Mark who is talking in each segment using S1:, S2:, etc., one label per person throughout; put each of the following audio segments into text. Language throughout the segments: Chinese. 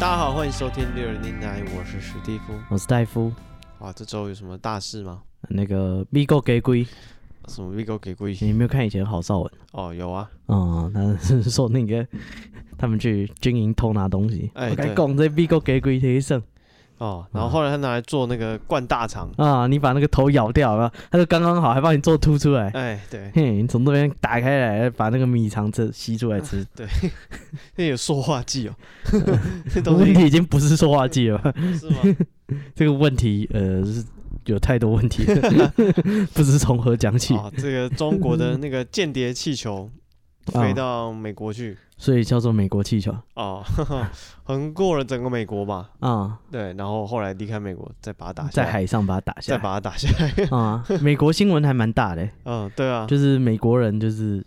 S1: 大家好，欢迎收听六零零来，我是史蒂夫。
S2: 我是戴夫。
S1: 啊，这周有什么大事吗？
S2: 那个 Bigo 给龟，
S1: 什么 Vigo 给 贵？
S2: 你有没有看以前郝邵文？
S1: 哦，有啊，
S2: 哦、嗯，他是说那个他们去军营偷拿东西。
S1: 哎
S2: 我
S1: 对
S2: 该讲这 Bigo 给龟贴上
S1: 哦，
S2: 嗯
S1: 然后后来他拿来做那个灌大 肠。
S2: 啊，你把那个头咬掉了，他就刚刚好，还帮你做凸出来。
S1: 哎，对，
S2: 嘿，你从这边打开来，把那个米肠子吸出 来吃。
S1: 那有塑化剂 哦，这东
S2: 问
S1: 西
S2: 题已经不是说话剂了，
S1: 是吗？
S2: 这个问题呃是有太多 问题了，不知从何讲起。
S1: 啊，这个中国的那个间谍气球飞
S2: 啊
S1: 到美国去，
S2: 所以叫做美国气球
S1: 哦， 横过了整个美国嘛。
S2: 啊，
S1: 对，然后后来离开美国，再把它打下
S2: 在
S1: 来，
S2: 海上把它打下
S1: 再
S2: 来
S1: 把它打下来。
S2: 啊。美国新闻还蛮大的欸、
S1: 嗯，对啊，
S2: 就是美国人就是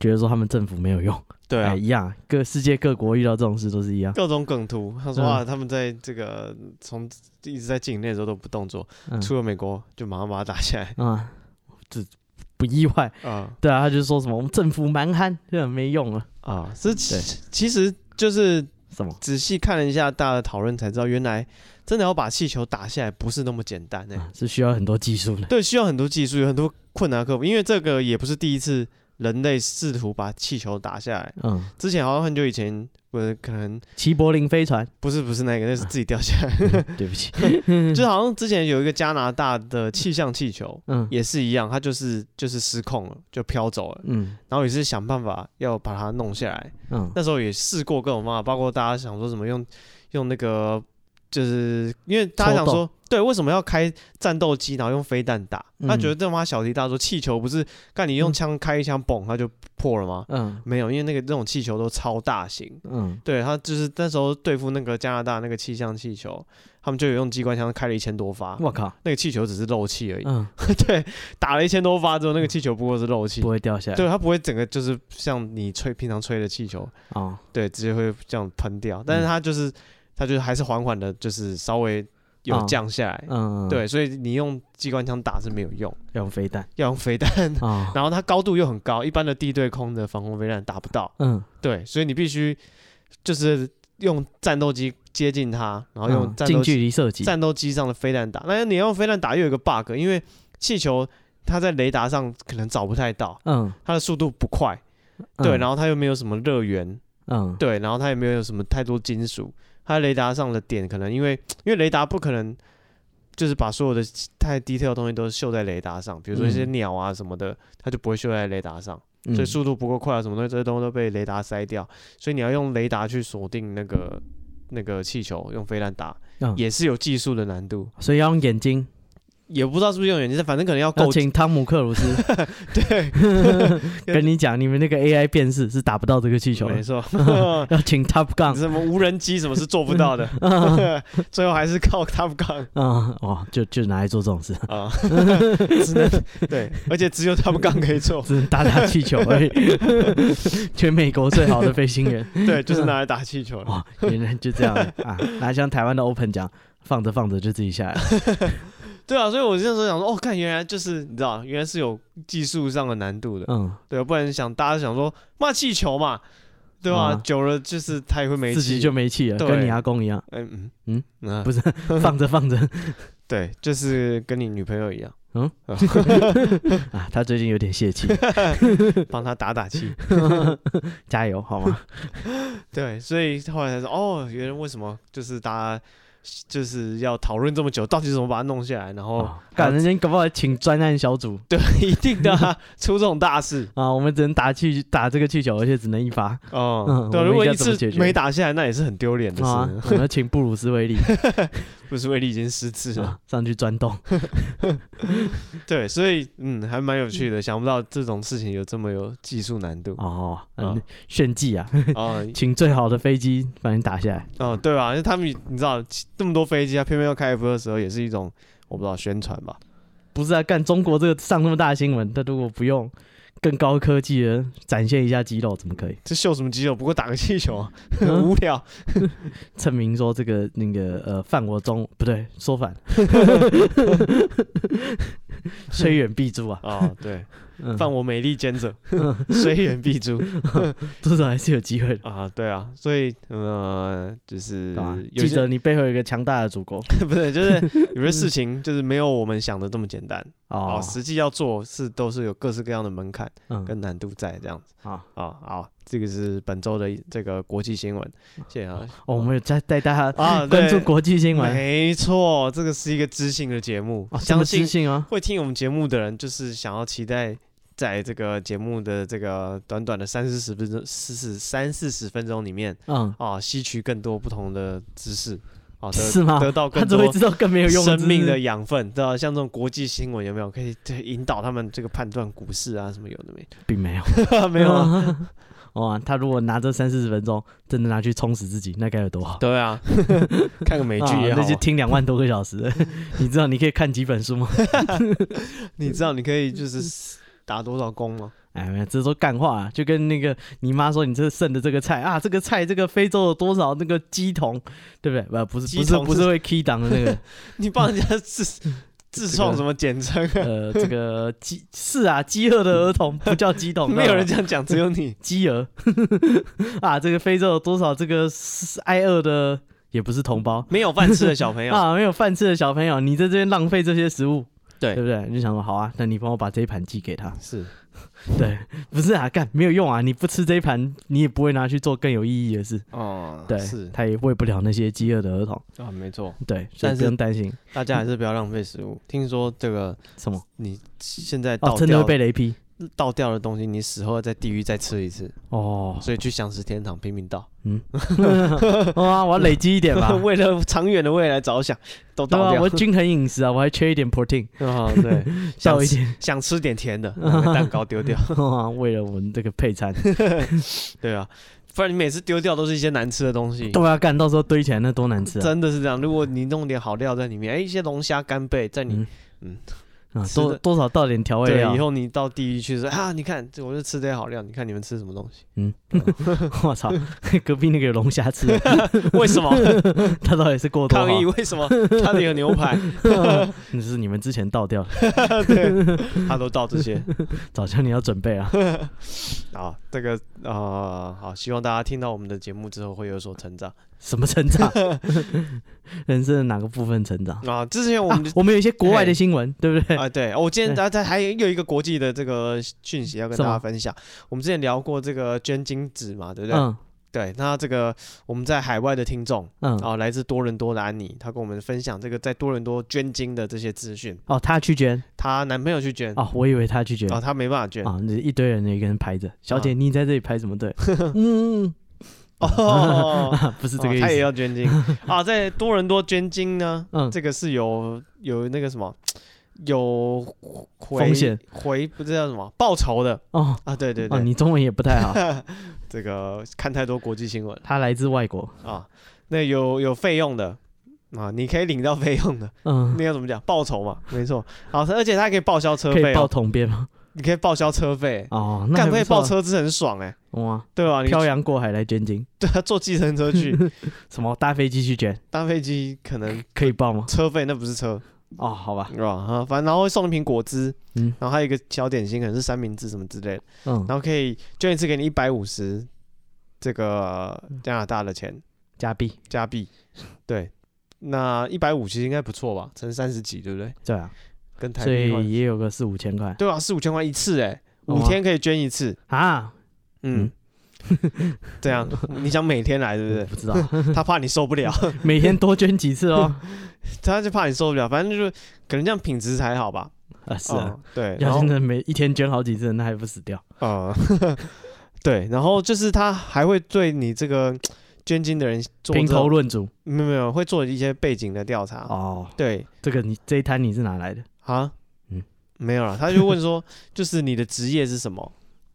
S2: 觉得说他们政府没有用，
S1: 对啊
S2: 哎，一样，各世界各国遇到这种事都是一样。
S1: 各种梗图。他说
S2: 嗯
S1: 啊，他们在这个从一直在境内的时候都不动作，
S2: 嗯
S1: 出了美国就马上把他打下来。
S2: 啊，这不意外。
S1: 啊
S2: 对啊，他就说什么我们政府蛮憨，这很没用了。
S1: 啊，这其
S2: 对
S1: 其实就是
S2: 什么？
S1: 仔细看了一下大家的讨论，才知道原来真的要把气球打下来不是那么简单哎、
S2: 啊是需要很多技术的。
S1: 对，需要很多技术，有很多困难克服，因为这个也不是第一次人类试图把气球打下来，
S2: 嗯，
S1: 之前好像很久以前。不是，可能
S2: 齐柏林飞船，
S1: 不是不是那个，那是自己掉下来。
S2: 对不 起，
S1: 就好像之前有一个加拿大的气象气球，
S2: 嗯
S1: 也是一样，它就是就是失控了，就飘走了，
S2: 嗯
S1: 然后也是想办法要把它弄下来。
S2: 嗯
S1: 那时候也试过各种方法，包括大家想说什么用用那个，就是因为大家想
S2: 抽
S1: 说，对，为什么要开战斗机，然后用飞弹打？
S2: 嗯
S1: 他觉得这妈小题大做，气球不是干你用枪开一枪嘣，它就破了吗？
S2: 嗯
S1: 没有，因为那个这种气球都超大型。
S2: 嗯，
S1: 对他就是那时候对付那个加拿大那个气象气球，他们就有用机关枪开了一千多发，
S2: 我靠，
S1: 那个气球只是漏气而已。
S2: 嗯，
S1: 对，打了一千多发之后，那个气球不过是漏气
S2: 不，会掉下来。
S1: 对，它不会整个就是像你吹平常吹的气球，
S2: 啊，
S1: 对，直接会这样喷掉。但是它就是、它就是还是缓缓的，就是稍微有
S2: 嗯
S1: 降下来。
S2: 嗯，，
S1: 对，所以你用机关枪打是没有用，
S2: 要用飞弹
S1: 要用飞弹。
S2: 啊，
S1: 嗯然后它高度又很高，一般的地对空的防空飞弹打不到。
S2: 嗯，
S1: 对，所以你必须就是用战斗机接近它，然后用
S2: 嗯
S1: 战斗
S2: 近
S1: 机、
S2: 距离射击，
S1: 战斗机上的飞弹打。但是你用飞弹打又有一个 bug，因为气球它在雷达上可能找不太到，
S2: 嗯，
S1: 它的速度不快。对，
S2: 嗯
S1: 然后它又没有什么热源，
S2: 嗯，
S1: 对，然后它也没有什么太多金属，它雷达上的点可能因为因为雷达不可能就是把所有的太 detail 的东西都秀在雷达上，比如说一些
S2: 嗯
S1: 鸟啊什么的，它就不会秀在雷达上，
S2: 嗯
S1: 所以速度不够快啊，什么东西这些东西都被雷达筛掉，所以你要用雷达去锁定那个那个气球，用飞弹打、
S2: 嗯
S1: 也是有技术的难度，
S2: 所以要用眼睛，
S1: 也不知道是不是用眼睛，但反正可能要
S2: 要
S1: 够
S2: 请汤姆克鲁 斯。
S1: 对，
S2: 跟你讲，你们那个 AI 辨识是打不到这个气球的
S1: 没， 错。
S2: 要请 Top Gun
S1: 什么无人机什么是做不到的， 最后还是靠 Top Gun
S2: 啊、哇，就就拿来做这种事，
S1: 啊，只能 对，而且只有 Top Gun 可以 做，
S2: 只能打打气球而已。 全美国最好的飞行员，
S1: 对，就是拿来打气球的。
S2: 哇，原来就这样啊！拿像台湾的 Open 奖，放着放着就自己下来了。
S1: 对啊，所以我那时候想说，哦，看原来就是你知道，原来是有技术上的难度的，
S2: 嗯，
S1: 对，不然想大家想说骂气球嘛，对吧？
S2: 啊
S1: 久了就是它也会没气，
S2: 自己就没气了，
S1: 对
S2: 跟你阿公一样，
S1: 嗯嗯
S2: 嗯
S1: 嗯啊
S2: 不，放着放着
S1: 对，就是跟你女朋友一样，
S2: 嗯，啊，他最近有点泄气，
S1: 帮她打打气。
S2: 加油好吗？
S1: 对，所以后来才说，哦，原来为什么就是大家就是要讨论这么久，到底怎么把它弄下来，然后
S2: 哦，感人间搞不好还请专案小组
S1: 对一定的啊、出这种大事
S2: 啊，我们只能打气打这个气球，而且只能一发。
S1: 哦、
S2: 嗯
S1: 对啊，
S2: 我们
S1: 如果
S2: 应该
S1: 一
S2: 怎么
S1: 次
S2: 解决
S1: 没打下来，那也是很丢脸的事。
S2: 好啊， 我们要请布鲁斯威利
S1: 不是威力已经失智了，
S2: 啊上去钻洞。
S1: 对，所以嗯，还蛮有趣的，想不到这种事情有这么有技术难度
S2: 哦，嗯
S1: 嗯，
S2: 炫技啊，
S1: 哦
S2: 请最好的飞机把你打下来。
S1: 哦，对吧？因为他们你知道这么多飞机，他啊偏偏要开 F 二十二，也是一种我不知道宣传吧。
S2: 不是啊，干中国这个上那么大的新闻，他如果不用更高科技的展现一下肌肉，怎么可以
S1: 这秀什么肌肉？不过打个气球啊，很
S2: 嗯
S1: 无聊。
S2: 证明说这个那个呃犯我中不对，说反， 虽远必诛啊，
S1: 哦，对，
S2: 嗯，
S1: 犯我美利坚 者， 虽远必诛
S2: 多少还是有机会的。
S1: 啊！对啊，所以呃，就是
S2: 干嘛
S1: 有
S2: 啊记
S1: 些
S2: 得你背后有一个强大的祖国
S1: 不是， 就是有些事情就是没有我们想的这么简单哦，
S2: 嗯哦，
S1: 实际要做是都是有各式各样的门槛
S2: 嗯，哦
S1: 跟难度在这样子
S2: 好，
S1: 啊。好，这个是本周的这个国际新闻，谢谢啊
S2: 哦我们有在带大家
S1: 啊，对
S2: 关注国际新闻，
S1: 没错，这个是一个知性的节目，
S2: 哦，这么
S1: 相
S2: 自
S1: 信
S2: 信哦，
S1: 会听我们节目的人，就是想要期待在这个节目的这个短短的三四十分钟、四四三四十分钟里面
S2: 嗯，
S1: 啊，吸取更多不同的知识啊，得
S2: 是吗？
S1: 得到
S2: 他
S1: 更
S2: 只会
S1: 多
S2: 知道更没有 用
S1: 生命
S2: 知识
S1: 的养分，对吧、啊像这种国际新闻有没有可以对引导他们这个判断股市啊什么有 的没
S2: 并没有，
S1: 的？没有啊，
S2: 啊。哇，他如果拿这三四十分钟，真的拿去充实自己，那该有多好！
S1: 对 啊，看个美剧也
S2: 啊
S1: 好
S2: 那就听两万多个小时 的，你知道你可以看几本书吗？
S1: 啊你知道你可以就是打多少工吗？
S2: 哎，没有这都干话、啊，就跟那个你妈说你这剩的这个菜啊，这个菜这个非洲有多少那个鸡桶，对不对？不，不是
S1: 鸡
S2: 不是
S1: 桶
S2: 不是
S1: 是
S2: 会 key 档的那个，
S1: 你帮人家 自自创什么简称啊？
S2: 呃，这个鸡是啊，饥饿的儿童不叫鸡 桶，
S1: 没有啊人
S2: 叫
S1: 这样讲，只有你。
S2: 鸡儿 啊。这个非洲有多少这个是挨饿的，也不是同胞，
S1: 没有饭吃的小朋友，
S2: 啊，没有饭吃的小朋友，你在这边浪费这些食物，
S1: 对
S2: 对不对？你就想说，好啊，那你帮我把这一盘寄给他。
S1: 是
S2: 对，不是啊，干没有用啊，你不吃这一盘，你也不会拿去做更有意义的事。
S1: 哦，
S2: 对，
S1: 是
S2: 他也喂不了那些饥饿的儿童。
S1: 啊，没错，
S2: 对，所以
S1: 但
S2: 不
S1: 是
S2: 用担心
S1: 大家还是不要浪费食物。听说这个
S2: 什么
S1: 你现在
S2: 哦，
S1: 倒
S2: 真的
S1: 掉
S2: 会被雷劈
S1: 倒掉的东西，你死后在地狱再吃一次，
S2: 哦。
S1: 所以去享食天堂拼命倒，。
S2: 嗯，哇，我要累积一点吧
S1: 为了长远的未来着想，都
S2: 对
S1: 倒
S2: 啊，
S1: 掉
S2: 我。均衡饮食啊，我还缺一点 protein，
S1: 啊， 对，想
S2: 少一
S1: 吃
S2: 点，
S1: 想吃点甜的，拿个蛋糕丢掉，
S2: 哇为了我们这个配餐，
S1: 对啊，不然你每次丢掉都是一些难吃的东西。
S2: 都要干，到时候堆起来那多难吃啊！
S1: 真的是这样，如果你弄点好料在里面，哎，一些龙虾干贝在
S2: 嗯
S1: 你
S2: 啊，
S1: 吃
S2: 多
S1: 的
S2: 多少倒点调味
S1: 对
S2: 料
S1: 以。后你到地狱去说啊，你看这我就吃这些好料，你看你们吃什么东 西？
S2: 嗯， 我操， 隔壁那个有龙虾吃，
S1: 为什 么？
S2: 他到底是过多
S1: 抗议
S2: 好？
S1: 为什么他的有牛排，
S2: 那是你们之前倒掉的，
S1: 他都倒这些
S2: 早上你要准 备啊。
S1: 啊？这个呃，好，希望大家听到我们的节目之后会有所成长
S2: 什么成 长？人生的哪个部分成长？
S1: 啊。之前我
S2: 啊
S1: 们就，
S2: 我们有一些国外的新闻，对不 对？
S1: 啊，对，我今天大家还有一个国际的这个讯息要跟
S2: 什
S1: 大
S2: 么
S1: 家分享。我们之前聊过这个捐精子嘛，对不对？
S2: 嗯
S1: 对，那这个我们在海外的听众
S2: 嗯，
S1: 啊，来自多伦多的安妮，她跟我们分享这个在多伦多捐精的这些资讯。
S2: 哦，他去捐
S1: 她男朋友去捐，
S2: 哦，我以为他去捐
S1: 啊，她没办法捐，
S2: 啊，那一堆人一个人排
S1: 啊
S2: 着，小姐你在这里排什 么队？嗯，啊
S1: 哦，
S2: 不 是这个
S1: 哦
S2: 意
S1: 他也
S2: 思。
S1: 要捐精 啊，在多伦多捐精呢，
S2: 嗯
S1: 这个是有有那个什么，有回
S2: 风险
S1: 回不知道什么报酬的
S2: 哦
S1: 啊，对对
S2: 哦，
S1: 对，
S2: 你中文也不 太好。
S1: 这个看太多国际新闻
S2: 他来自外国，
S1: 啊，那有有费用的。啊，你可以领到费用的，
S2: 嗯，
S1: 那要怎么讲？报酬嘛，没错。好，而且他还可以报销车
S2: 可以
S1: 费、
S2: 报
S1: 哦，
S2: 统编吗？
S1: 你可以报销车费、
S2: 哦，那
S1: 干
S2: 还
S1: 可以
S2: 不错
S1: 报
S2: 啊
S1: 车资很爽哎、
S2: 哇，
S1: 对吧、你
S2: 漂洋过海来捐精，
S1: 对啊，坐计程车 去，
S2: 什么搭飞机去捐，
S1: 搭飞机可能
S2: 可以报吗？
S1: 车费那不是车，
S2: 哦，好吧，
S1: 是吧？啊，反正然后会送一瓶果汁，
S2: 嗯
S1: 然后还有一个小点心，可能是三明治什么之类的，
S2: 嗯，
S1: 然后可以捐一次给你一百五十这个加拿大的钱
S2: 加币，
S1: 加币，对，那一百五其实应该不错吧，乘三十几，对不对？
S2: 对啊，
S1: 跟台
S2: 所
S1: 币换
S2: 以也有个四五千块
S1: 对啊，四五千块一次哎、
S2: 哦
S1: 五天可以捐一次，
S2: 啊，
S1: 嗯
S2: 嗯，
S1: 这样你想每天来对不对？
S2: 不知道，
S1: 他怕你受不了，
S2: 每天多捐几次 哦。
S1: 他就怕你受不了，反正就是可能这样品质才好吧。
S2: 啊，是啊，
S1: 嗯对，然
S2: 要
S1: 后
S2: 真的每一天捐好几次，那还不死掉？
S1: 呃， 对，然后就是他还会对你这个捐精的人做
S2: 评
S1: 这
S2: 头
S1: 种
S2: 论足
S1: 没有没有会做一些背景的调查。
S2: 哦，
S1: 对
S2: 这个你这一摊你是哪来的？
S1: 啊，
S2: 嗯
S1: 没有了，他就问说， 就是你的职业是什么？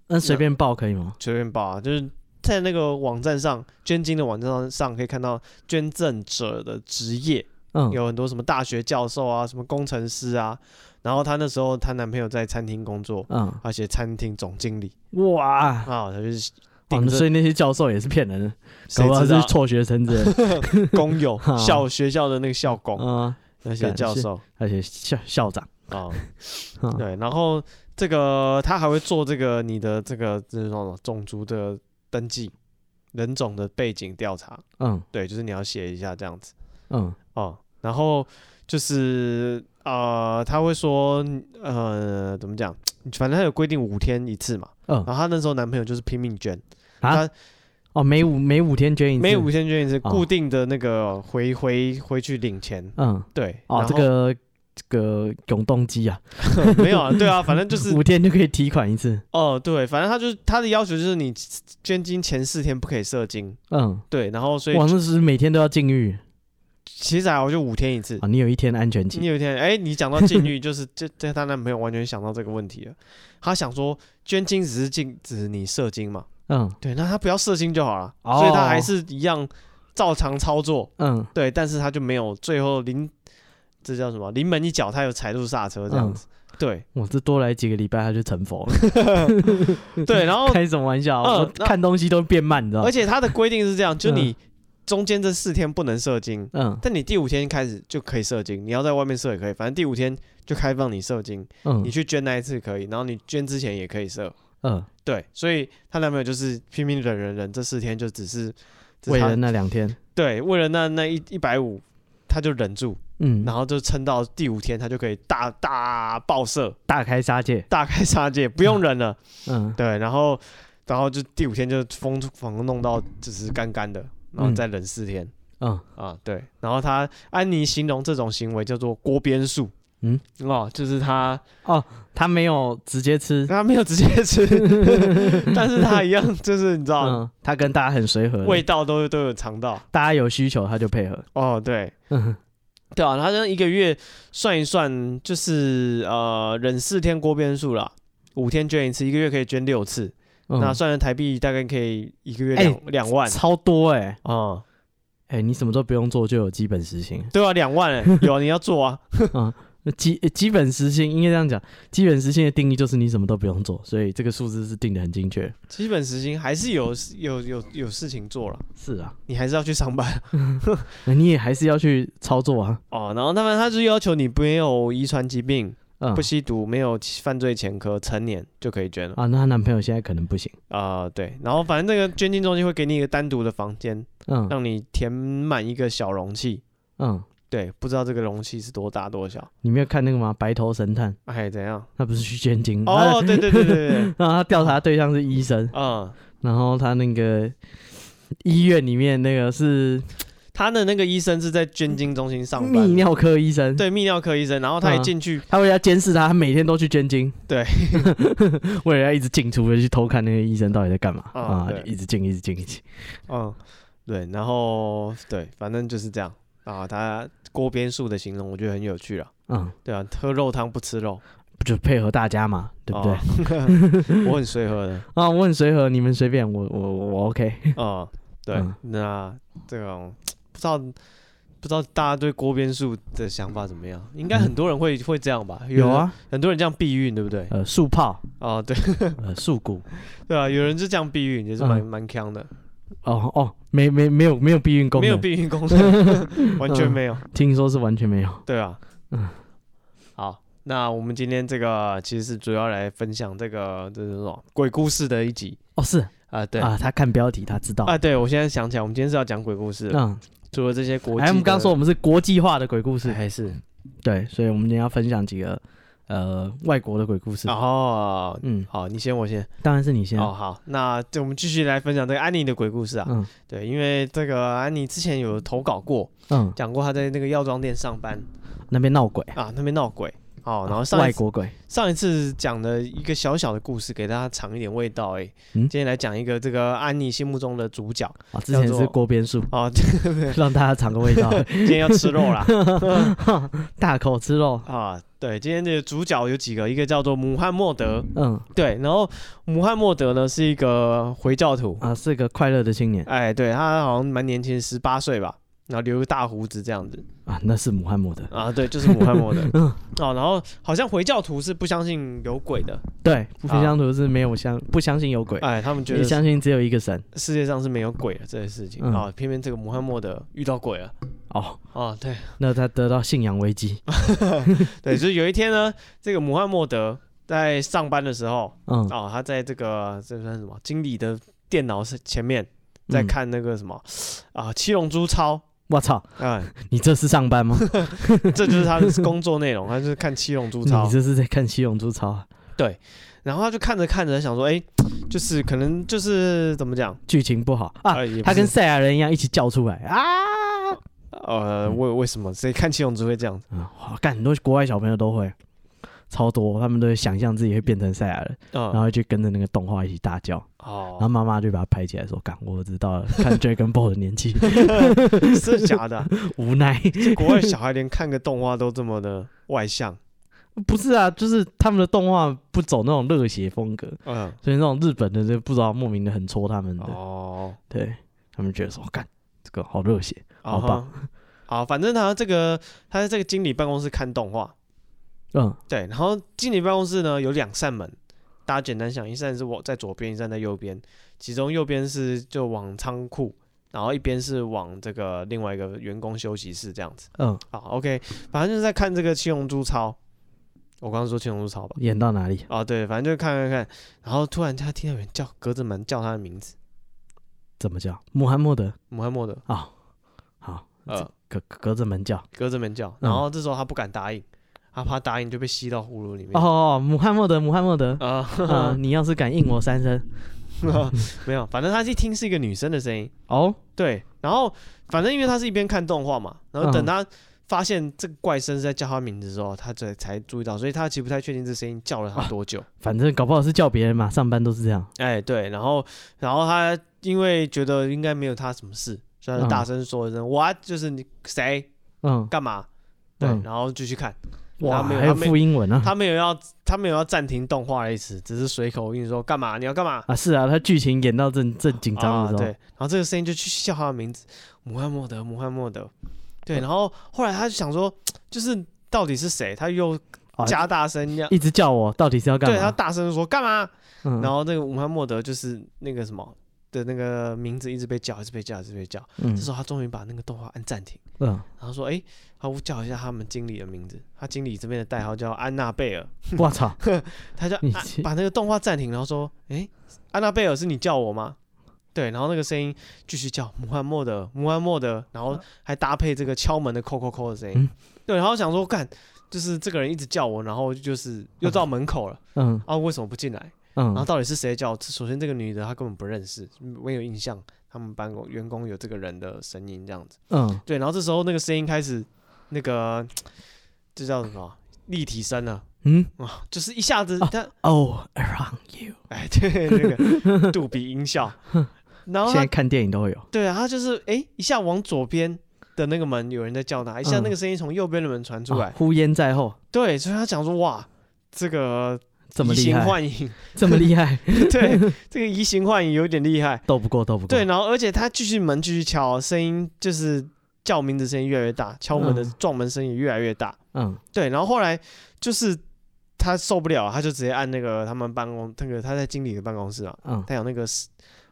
S2: 那随便报可以吗？
S1: 随便报啊，就是在那个网站上捐精的网站上上可以看到捐赠者的职业，
S2: 嗯，
S1: 有很多什么大学教授啊，什么工程师啊。然后她那时候她男朋友在餐厅工作，
S2: 嗯，
S1: 而且餐厅总经理
S2: 哇，
S1: 啊，他就是
S2: 哦
S1: 顶
S2: 所
S1: 着
S2: 以那些教授也是骗人的，搞
S1: 谁
S2: 不好
S1: 知
S2: 是
S1: 道
S2: 辍学生之类 的。
S1: 工友
S2: 啊
S1: 校学校的那个校工
S2: 嗯，
S1: 那些
S2: 干
S1: 教
S2: 是
S1: 授
S2: 而且校校长，
S1: 啊，
S2: 嗯
S1: 对，然后这个他还会做这个你的这个这种种族的登记、人种的背景调查，
S2: 嗯
S1: 对，就是你要写一下这样子
S2: 嗯，
S1: 哦、然后就是呃，他会说呃，怎么讲？反正他有规定五天一次嘛。
S2: 嗯
S1: 然后她那时候男朋友就是拼命捐，
S2: 啊
S1: 他，
S2: 哦，每五每五天捐一次，
S1: 每五天捐一次，
S2: 哦
S1: 固定的那个回回回去领钱。
S2: 嗯，
S1: 对，
S2: 哦，
S1: 然
S2: 这
S1: 后
S2: 个这个永动机啊，
S1: 没有啊，对啊，反正就是
S2: 五天就可以提款一次，
S1: 哦，对，反正他就是他的要求就是你捐精前四天不可以射精，
S2: 嗯，
S1: 对，然后所以
S2: 哇，那是每天都要禁欲
S1: 其实还好，就五天一次。
S2: 啊，你有一天安全
S1: 你
S2: 期，
S1: 有一天，哎、你讲到禁欲，就是 这这她男朋友完全想到这个问题了。她想说，捐精只是禁止你射精嘛，
S2: 嗯
S1: 对，那她不要射精就好了。
S2: 哦
S1: 所以她还是一样照常操作，
S2: 嗯
S1: 对，但是她就没有最后临这叫什么临门一脚，她有踩住刹车这
S2: 嗯
S1: 样子。对
S2: 我这多来几个礼拜他就成佛
S1: 哦
S2: 了，
S1: 对，然后
S2: 开什么玩笑？
S1: 嗯
S2: 我
S1: 那
S2: 看东西都变慢，你知道吗
S1: 而？且她的规定是这样，就
S2: 嗯
S1: 你中间这四天不能射精，
S2: 嗯
S1: 但你第五天开始就可以射精，你要在外面射也可以，反正第五天就开放你射精，你
S2: 嗯
S1: 去捐那一次可以，然后你捐之前也可以射。
S2: 嗯，
S1: 对，所以她男朋友就是拼命忍忍忍，这四天就只是只是
S2: 为
S1: 她
S2: 了那两天，
S1: 对为了那那一一百五，他就忍住，
S2: 嗯，
S1: 然后就撑到第五天，他就可以大大爆射，
S2: 大开杀戒，
S1: 大开杀戒，不用忍了。
S2: 嗯
S1: 对，然后然后就第五天就疯狂弄到只是干干的，然后再忍四天。
S2: 嗯，
S1: 啊，对。然后他安妮形容这种行为叫做锅边素。
S2: 嗯，
S1: 哦，就是他，
S2: 他没有直接吃，
S1: 他没有直接吃，但是他一样，就是你知道，
S2: 嗯，他跟大家很随和，
S1: 味道都都有尝到。
S2: 大家有需求他就配合，
S1: 哦，对，
S2: 嗯
S1: 对啊，他这样一个月算一算，就是呃，忍四天锅边素啦，五天捐一次，一个月可以捐六次，
S2: 嗯
S1: 那算成台币大概可以一个月
S2: 哎
S1: 两两、万
S2: 超多哎
S1: 啊、嗯
S2: 哎，你什么都不用做就有基本实行。
S1: 对啊，两万、欸， 有啊，你要做啊，
S2: 基基本时薪应该这样讲，基本时薪的定义就是你什么都不用做，所以这个数字是定的很精确。
S1: 基本时薪还是有有有有事情做了，
S2: 是啊，
S1: 你还是要去上 班。
S2: 那你也还是要去操作啊。
S1: 哦，然后他们他就要求你没有遗传疾病、
S2: 嗯
S1: 不吸毒、没有犯罪前科、成年就可以捐了。
S2: 啊，那她男朋友现在可能不行。
S1: 啊、对，然后反正这个捐精中心会给你一个单独的房间，
S2: 嗯
S1: 让你填满一个小容器。
S2: 嗯，
S1: 对，不知道这个容器是多大多小。
S2: 你没有看那个吗？白头神探，
S1: 哎，怎样？
S2: 他不是去捐精？
S1: 哦，对对对对 对，
S2: 然后他调查对象是医生，
S1: 嗯，
S2: 然后他那个医院里面那个是
S1: 他的那个医生是在捐精中心上班，
S2: 泌尿嗯科医生，
S1: 对泌尿科医生，然后他一进去，
S2: 他为了要监视他，他每天都去捐精，
S1: 对，
S2: 为了要一直进出，去偷看那个医生到底在干嘛、
S1: 嗯
S2: 啊
S1: 对，
S2: 一直进，一直进，一直进。
S1: 嗯，对，然后对，反正就是这样啊。他锅边素的形容我觉得很有趣了。
S2: 嗯，
S1: 对啊，喝肉汤不吃肉，
S2: 不就配合大家嘛，对不
S1: 哦
S2: 对？
S1: 对？ 我很随和的
S2: 啊，我很随和，你们随便，我我我我 OK。
S1: 啊、对，
S2: 嗯
S1: 那这种不知道不知道大家对锅边素的想法怎么样？应该很多人会、会这样吧？
S2: 嗯有，啊，
S1: 很多人这样避孕，对不对？
S2: 呃，树炮，
S1: 哦，对
S2: 呃，树骨。
S1: 对啊，有人就这样避孕，也是蛮
S2: 嗯
S1: 蛮强的，
S2: 哦哦，没没没有没有避孕功能，
S1: 没有避孕功 能， 完全没有。
S2: 听说是完全没有。
S1: 对啊，
S2: 嗯
S1: 好。那我们今天这个其实是主要来分享这个这是什么鬼故事的一集
S2: 哦，是
S1: 啊、对啊
S2: 啊，他看标题他知道。啊
S1: 对，我现在想起来，我们今天是要讲鬼故事了，
S2: 嗯，
S1: 除了这些国际的，
S2: 哎，我们刚说我们是国际化的鬼故事，
S1: 还是
S2: 对，所以我们今天要分享几个呃外国的鬼故事。
S1: 哦，
S2: 嗯，
S1: 好，你先，我先。
S2: 当然是你先。
S1: 哦，好，那就我们继续来分享这个安妮的鬼故事啊。
S2: 嗯
S1: 对，因为这个安妮之前有投稿过，
S2: 嗯，
S1: 讲过她在那个药妆店上班
S2: 那边闹鬼，
S1: 啊，那边闹鬼。哦，然后上
S2: 外
S1: 一次
S2: 国鬼，
S1: 上一次讲的一个小小的故事，给大家尝一点味道、欸。哎、
S2: 嗯
S1: 今天来讲一个这个安妮心目中的主角
S2: 啊，之前
S1: 叫
S2: 是
S1: 做
S2: 锅边素，
S1: 哦，
S2: 让大家尝个味道，
S1: 今天要吃肉 啦
S2: 大口吃肉。
S1: 啊！对，今天的主角有几个，一个叫做姆汉默德，
S2: 嗯
S1: 对，然后姆汉默德呢是一个回教徒，
S2: 啊，是个快乐的青年
S1: 哎，对他好像蛮年轻，十八岁吧，然后留个大胡子这样子
S2: 啊，那是穆罕默德。
S1: 啊，对，就是姆汉默德
S2: 嗯
S1: 哦，然后好像回教徒是不相信有鬼的，
S2: 对，不平相图是没有相不相信有鬼，
S1: 哎，他们啊觉
S2: 也
S1: 得
S2: 相信只有一个神。
S1: 世界上是没有鬼的这件事情
S2: 嗯
S1: 啊、偏偏这个姆汉默德遇到鬼了
S2: 哦，
S1: 啊，对。
S2: 那他得到信仰危机。
S1: 对，就是有一天呢，这个穆罕默德在上班的时候，
S2: 嗯，
S1: 哦，他在这个这算什么经理的电脑是前面在
S2: 嗯。
S1: 看那个什么啊，《七龙珠超》
S2: 我操，
S1: 啊、
S2: 你这是 上班吗？
S1: 这就是他的工作内容，他就是看《七龙珠超
S2: 你》，这是在看《七龙珠超》啊？
S1: 然后他就看着看着想说，哎，就是可能就是怎么讲
S2: 剧情不好啊，
S1: 呃也不
S2: 他跟
S1: 是
S2: 赛亚人一样一起叫出来啊！
S1: 呃
S2: 嗯
S1: 为为什么谁看《七龙珠》会这样？
S2: 啊，哇干，很多国外小朋友都会，超多，他们都会想象自己会变成赛亚人，然
S1: 嗯，
S2: 后就跟着那个动画一起大叫，啊然后
S1: 哦，
S2: 妈妈就把他拍起来说：“干，我知道了，看 Dragon Ball 的年纪，
S1: 是假的啊，
S2: 无奈。
S1: 国外小孩连看个动画都这么的外向，”
S2: 不是啊，就是他们的动画不走那种热血风格，
S1: 嗯，
S2: 所以那种日本的就不知道莫名的很戳他们的，
S1: 哦。
S2: 对他们觉得说：“干，这个好热血。”好吧
S1: 吧， 好，反正他这个他在这个经理办公室看动画，
S2: 嗯
S1: 对，然后经理办公室呢有两扇门，大家简单想，一扇是我在左边，一扇在右边，其中右边是就往仓库，然后一边是往这个另外一个员工休息室这样子。
S2: 嗯，
S1: 好，OK，反正就是在看这个七龙珠超，我刚刚说七龙珠超吧。
S2: 演到哪里？
S1: 啊，对，反正就看看看，然后突然他听到有人叫，隔着门叫他的名字，
S2: 怎么叫？穆罕默德
S1: 穆罕默德，
S2: 啊、好，
S1: 呃，
S2: 隔隔着门叫。
S1: 隔着门叫，
S2: 嗯
S1: 然后这时候他不敢答应，他怕答应就被吸到葫芦里面。
S2: 哦，穆罕默德，穆罕默 德，
S1: 啊、
S2: 啊，你要是敢应我三声，
S1: 没有，反正他一听是一个女生的声音，
S2: 哦，
S1: 对，然后反正因为他是一边看动画嘛，然后
S2: 嗯
S1: 等他发现这个怪声是在叫他名字的时候，他才才注意到，所以他其实不太确定这声音叫了他多久。
S2: 反正搞不好是叫别人嘛，上班都是这样。
S1: 哎，对，然后然后他因为觉得应该没有他什么事，所以他就大声说一声“哇、就是你谁
S2: 嗯，
S1: 干嘛？”对，
S2: 嗯
S1: 然后就去看，
S2: 哇，
S1: 他没有
S2: 还有
S1: 他没
S2: 副英文 啊，
S1: 他没有要他没有要暂停动画的意思，只是随口硬说干嘛？你要干嘛？
S2: 啊，是啊，他剧情演到正正紧张
S1: 啊，
S2: 的时
S1: 对，
S2: 候，
S1: 然后这个声音就去叫他的名字，穆罕默德，穆罕默德。对，然后后来他就想说，就是到底是谁？他又
S2: 啊
S1: 加大声要，
S2: 一直叫我，到底是要 干
S1: 对他
S2: 嘛？
S1: 大声说干嘛？
S2: 嗯
S1: 然后那个穆罕默德就是那个什么的那个名字一直被叫，一直被叫，一直被叫。
S2: 嗯
S1: 这时候他终于把那个动画按暂停，
S2: 嗯，
S1: 然后说，哎，他叫一下他们经理的名字，他经理这边的代号叫安娜贝尔，
S2: 我操，
S1: 他叫
S2: 你
S1: 啊
S2: 这
S1: 把那个动画暂停，然后说：“诶，安娜贝尔是你叫我吗？”对，然后那个声音继续叫穆罕默德，穆罕默德，然后还搭配这个敲门的扣扣扣的声音。
S2: 啊嗯
S1: 对，然后想说，干，就是这个人一直叫我，然后就是又到门口了、
S2: 嗯
S1: 啊，为什么不进来？然后
S2: 嗯，
S1: 到底是谁叫我？首先这个女的她根本不认识，没有印象，他们办公员工有这个人的声音这样子。
S2: 嗯，
S1: 对，然后这时候那个声音开始，那个这叫什么立体声了
S2: 嗯
S1: 啊，就是一下子
S2: 啊
S1: 他。
S2: ，All around you，
S1: 哎，对，那 个杜比音效。 然后
S2: 现
S1: 他
S2: 在看电影都会有，
S1: 对啊，他就是哎，一下往左边的那个门有人在叫他，一下
S2: 嗯
S1: 那个声音从右边的门传出来。
S2: 啊呼烟在后，
S1: 对，所以他讲说哇，这个
S2: 这么
S1: 移
S2: 厉
S1: 形
S2: 害，
S1: 换影，
S2: 这么厉害，
S1: 对，这个移形换影有点厉害。
S2: 斗不过，斗不过，
S1: 对，，然后而且他继续门继续敲，声音就是叫名字声音越来越大，敲门的
S2: 嗯
S1: 撞门声也越来越大。
S2: 嗯
S1: 对，然后后来就是他受不了，他就直接按那个他们办公那个他在经理的办公室啊，
S2: 嗯
S1: 他有那个视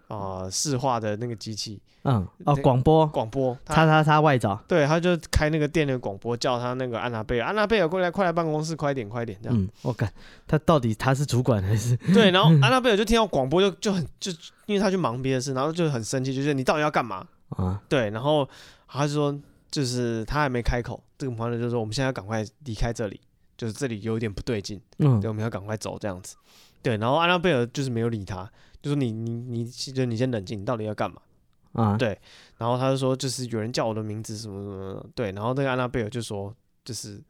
S1: 啊、视化的那个机器
S2: 嗯，哦，
S1: 那
S2: 广播，
S1: 广播，
S2: 叉
S1: 他
S2: 叉叉外找，
S1: 对他就开那个店的广播，叫他那个安娜贝尔，安娜贝尔过来，快来办公室，快点，快点，这样。
S2: 嗯，我干，他到底他是主管还是？
S1: 对，然后 安娜贝尔就听到广播就就很就因为他去忙别的事，然后就很生气，就是你到底要干嘛？
S2: 啊，
S1: 对，然后他就说，就是他还没开口，这个朋友就说我们现在要赶快离开这里，就是这里有点不对劲，
S2: 嗯
S1: 对，我们要赶快走这样子。对，然后安娜贝尔就是没有理他，就说你你你，就你先冷静，你到底要干嘛？
S2: 啊，
S1: 对然后他就说，就是有人叫我的名字什么什么的，对。然后那个安娜贝尔就说，就是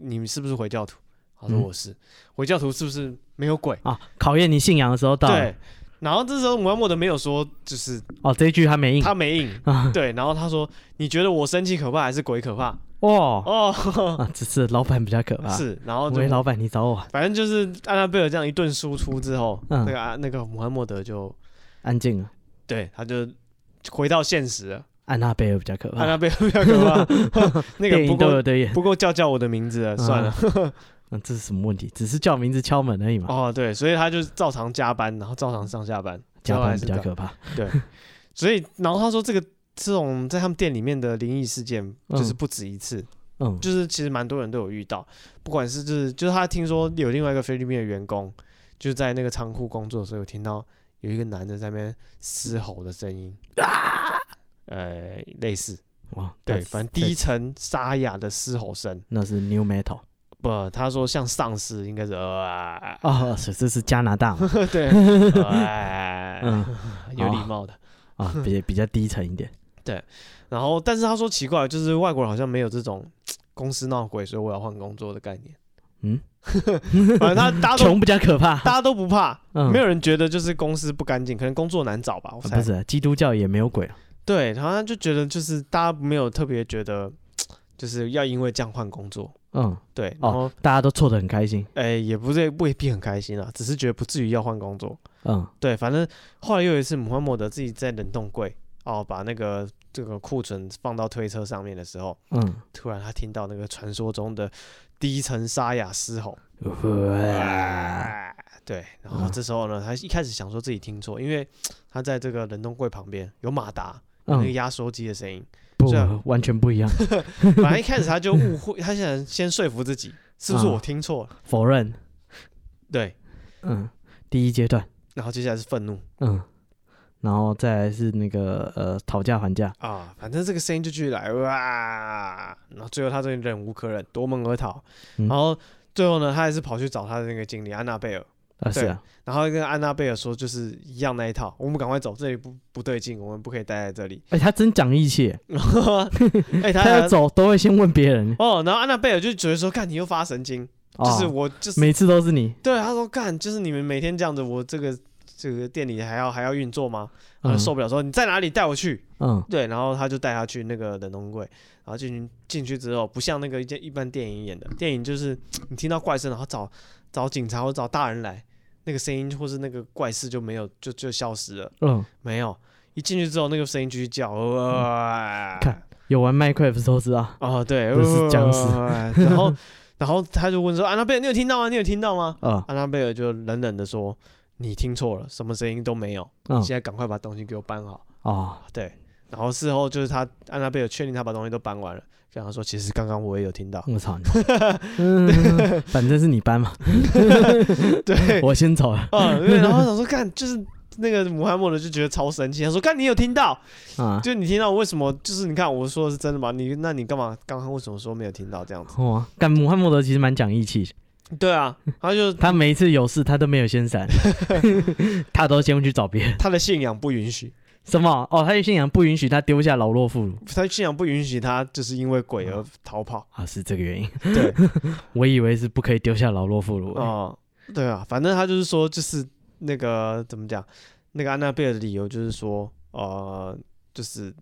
S1: 你们是不是回教徒？他说
S2: 嗯
S1: 我是。回教徒是不是没有鬼？
S2: 啊，考验你信仰的时候到了
S1: 对。然后这时候穆罕默德没有说，就是
S2: 哦，这一句他没应
S1: 他没应。
S2: 啊，
S1: 对，然后他说：“你觉得我生气可怕还是鬼可怕
S2: 哇？”
S1: 哦，
S2: 啊，只是老板比较可怕，
S1: 是。哦然后就
S2: 喂，啊老板你找我，
S1: 反正就是安娜贝尔这样一顿输出之后，
S2: 嗯
S1: 那个啊那个穆罕默德就
S2: 安静了，
S1: 对他就回到现实了。
S2: 安娜贝尔比较可
S1: 安
S2: 怕，
S1: 娜贝尔比较可 怕，那
S2: 啊电
S1: 个不
S2: 影都有
S1: 够
S2: 的演，
S1: 不够叫叫我的名字了，算了。
S2: 嗯，这是什么问题？只是叫名字敲门而已嘛，
S1: 哦，对，所以他就照常加班，然后照常上下班，最
S2: 加
S1: 后还
S2: 班
S1: 是
S2: 比较
S1: 这样
S2: 可怕，
S1: 所以，然后他说这个这种在他们店里面的灵异事件就是
S2: 嗯
S1: 不止一次，
S2: 嗯，
S1: 就是其实蛮多人都有遇到，不管是就是就是他听说有另外一个菲律宾的员工，就是在那个仓库工作的时候，有听到有一个男的在那边嘶吼的声音，呃，类似
S2: 哇，
S1: 对，
S2: 啊 that's-
S1: 反正低沉沙哑的嘶吼声，
S2: 那是 New Metal
S1: 不，他说像丧尸应该是啊，
S2: 哦，是这是加拿 大嘛
S1: 对，
S2: 嗯
S1: 呃有礼貌的。
S2: 啊，比比较低沉一点，
S1: 然后，但是他说奇怪，就是外国人好像没有这种公司闹鬼，所以我要换工作的概念。
S2: 嗯，
S1: 反正他大家都
S2: 穷比较可怕，
S1: 大家都不怕，
S2: 嗯
S1: 没有人觉得就是公司不干净，可能工作难找吧。我
S2: 啊
S1: 猜、
S2: 不是基督教也没有鬼，啊
S1: 对，好像就觉得就是大家没有特别觉得，就是要因为这样换工作。
S2: 嗯，
S1: 对，然后
S2: 大家都错得很开心，
S1: 哎、也不是未必很开心啊，只是觉得不至于要换工作。
S2: 嗯，
S1: 对，反正后来又有一次，穆罕默德自己在冷冻柜哦，把那个这个库存放到推车上面的时候，
S2: 嗯，
S1: 突然他听到那个传说中的低沉沙哑嘶吼。
S2: 哇
S1: 对，然后
S2: 嗯
S1: 这时候呢，他一开始想说自己听错，因为他在这个冷冻柜旁边有马达，有那个
S2: 嗯，
S1: 压缩机的声音。
S2: 不
S1: 这样，
S2: 完全不一样，
S1: 反正一开始他就误会，他想先说服自己是不是
S2: 啊
S1: 我听错了，
S2: 否认，
S1: 对。
S2: 嗯，第一阶段，
S1: 然后接下来是愤怒
S2: 嗯，然后再来是那个呃讨价还价，
S1: 啊，反正这个声音就继续来哇，然后最后他终于忍无可忍，夺门而逃。
S2: 嗯
S1: 然后最后呢，他还是跑去找他的那个经理安娜贝尔，
S2: 啊是
S1: 对
S2: 啊，
S1: 然后跟安娜贝尔说就是一样那一套，我们赶快走，这里不不对劲，我们不可以待在这里。
S2: 哎，他真讲义气耶，
S1: 哎、
S2: 他
S1: 他
S2: 要走都会先问别人，
S1: 哦，然后安娜贝尔就觉得说，看你又发神经，就是
S2: 哦
S1: 我就是
S2: 每次都是你，
S1: 对，他说干，就是你们每天这样子，我这个这个店里还要还要运作吗？他
S2: 嗯
S1: 就呃受不了，说你在哪里带我去？
S2: 嗯
S1: 对，然后他就带他去那个冷冻柜，然后进去进去之后，不像那个一件一般电影演的，电影就是你听到怪声，然后找找警察或找大人来，那个声音或是那个怪事就没有就就消失了，
S2: 嗯，
S1: 没有。一进去之后，那个声音继续叫，哇
S2: 嗯看有玩 Minecraft 都知道，
S1: 哦，对，
S2: 不是僵尸
S1: 哇 然后然后他就问说：“安娜贝尔，你有听到吗？你有听到吗？”
S2: 啊
S1: 安娜贝尔就冷冷的说：“你听错了，什么声音都没有，
S2: 嗯
S1: 现在赶快把东西给我搬好。
S2: 哦”
S1: 对，然后事后就是他安娜贝尔确定他把东西都搬完了，跟他说：“其实刚刚我也有听到。
S2: 我操你！嗯，反正是你搬嘛，”
S1: 对，
S2: 我先走了
S1: 啊，对，然后我想说，干就是。那个穆罕默德就觉得超生气，他说：“干，你有听到？
S2: 啊。
S1: 就你听到为什么？就是你看我说的是真的吗？你那你干嘛？刚刚为什么说没有听到这样子？
S2: 哦，干姆汉默德其实蛮讲义气，
S1: 对啊，他就
S2: 他每一次有事他都没有 先闪，他都先去找别人。
S1: 他的信仰不允许，
S2: 什么？哦，他的信仰不允许他丢下老弱妇孺
S1: 他信仰不允许他就是因为鬼而逃跑。
S2: 啊，是这个原因。
S1: 对，
S2: 我以为是不可以丢下老弱妇孺。
S1: 哦、对啊，反正他就是说，就是那个怎么讲，那个安娜贝尔的理由就是说，呃，就是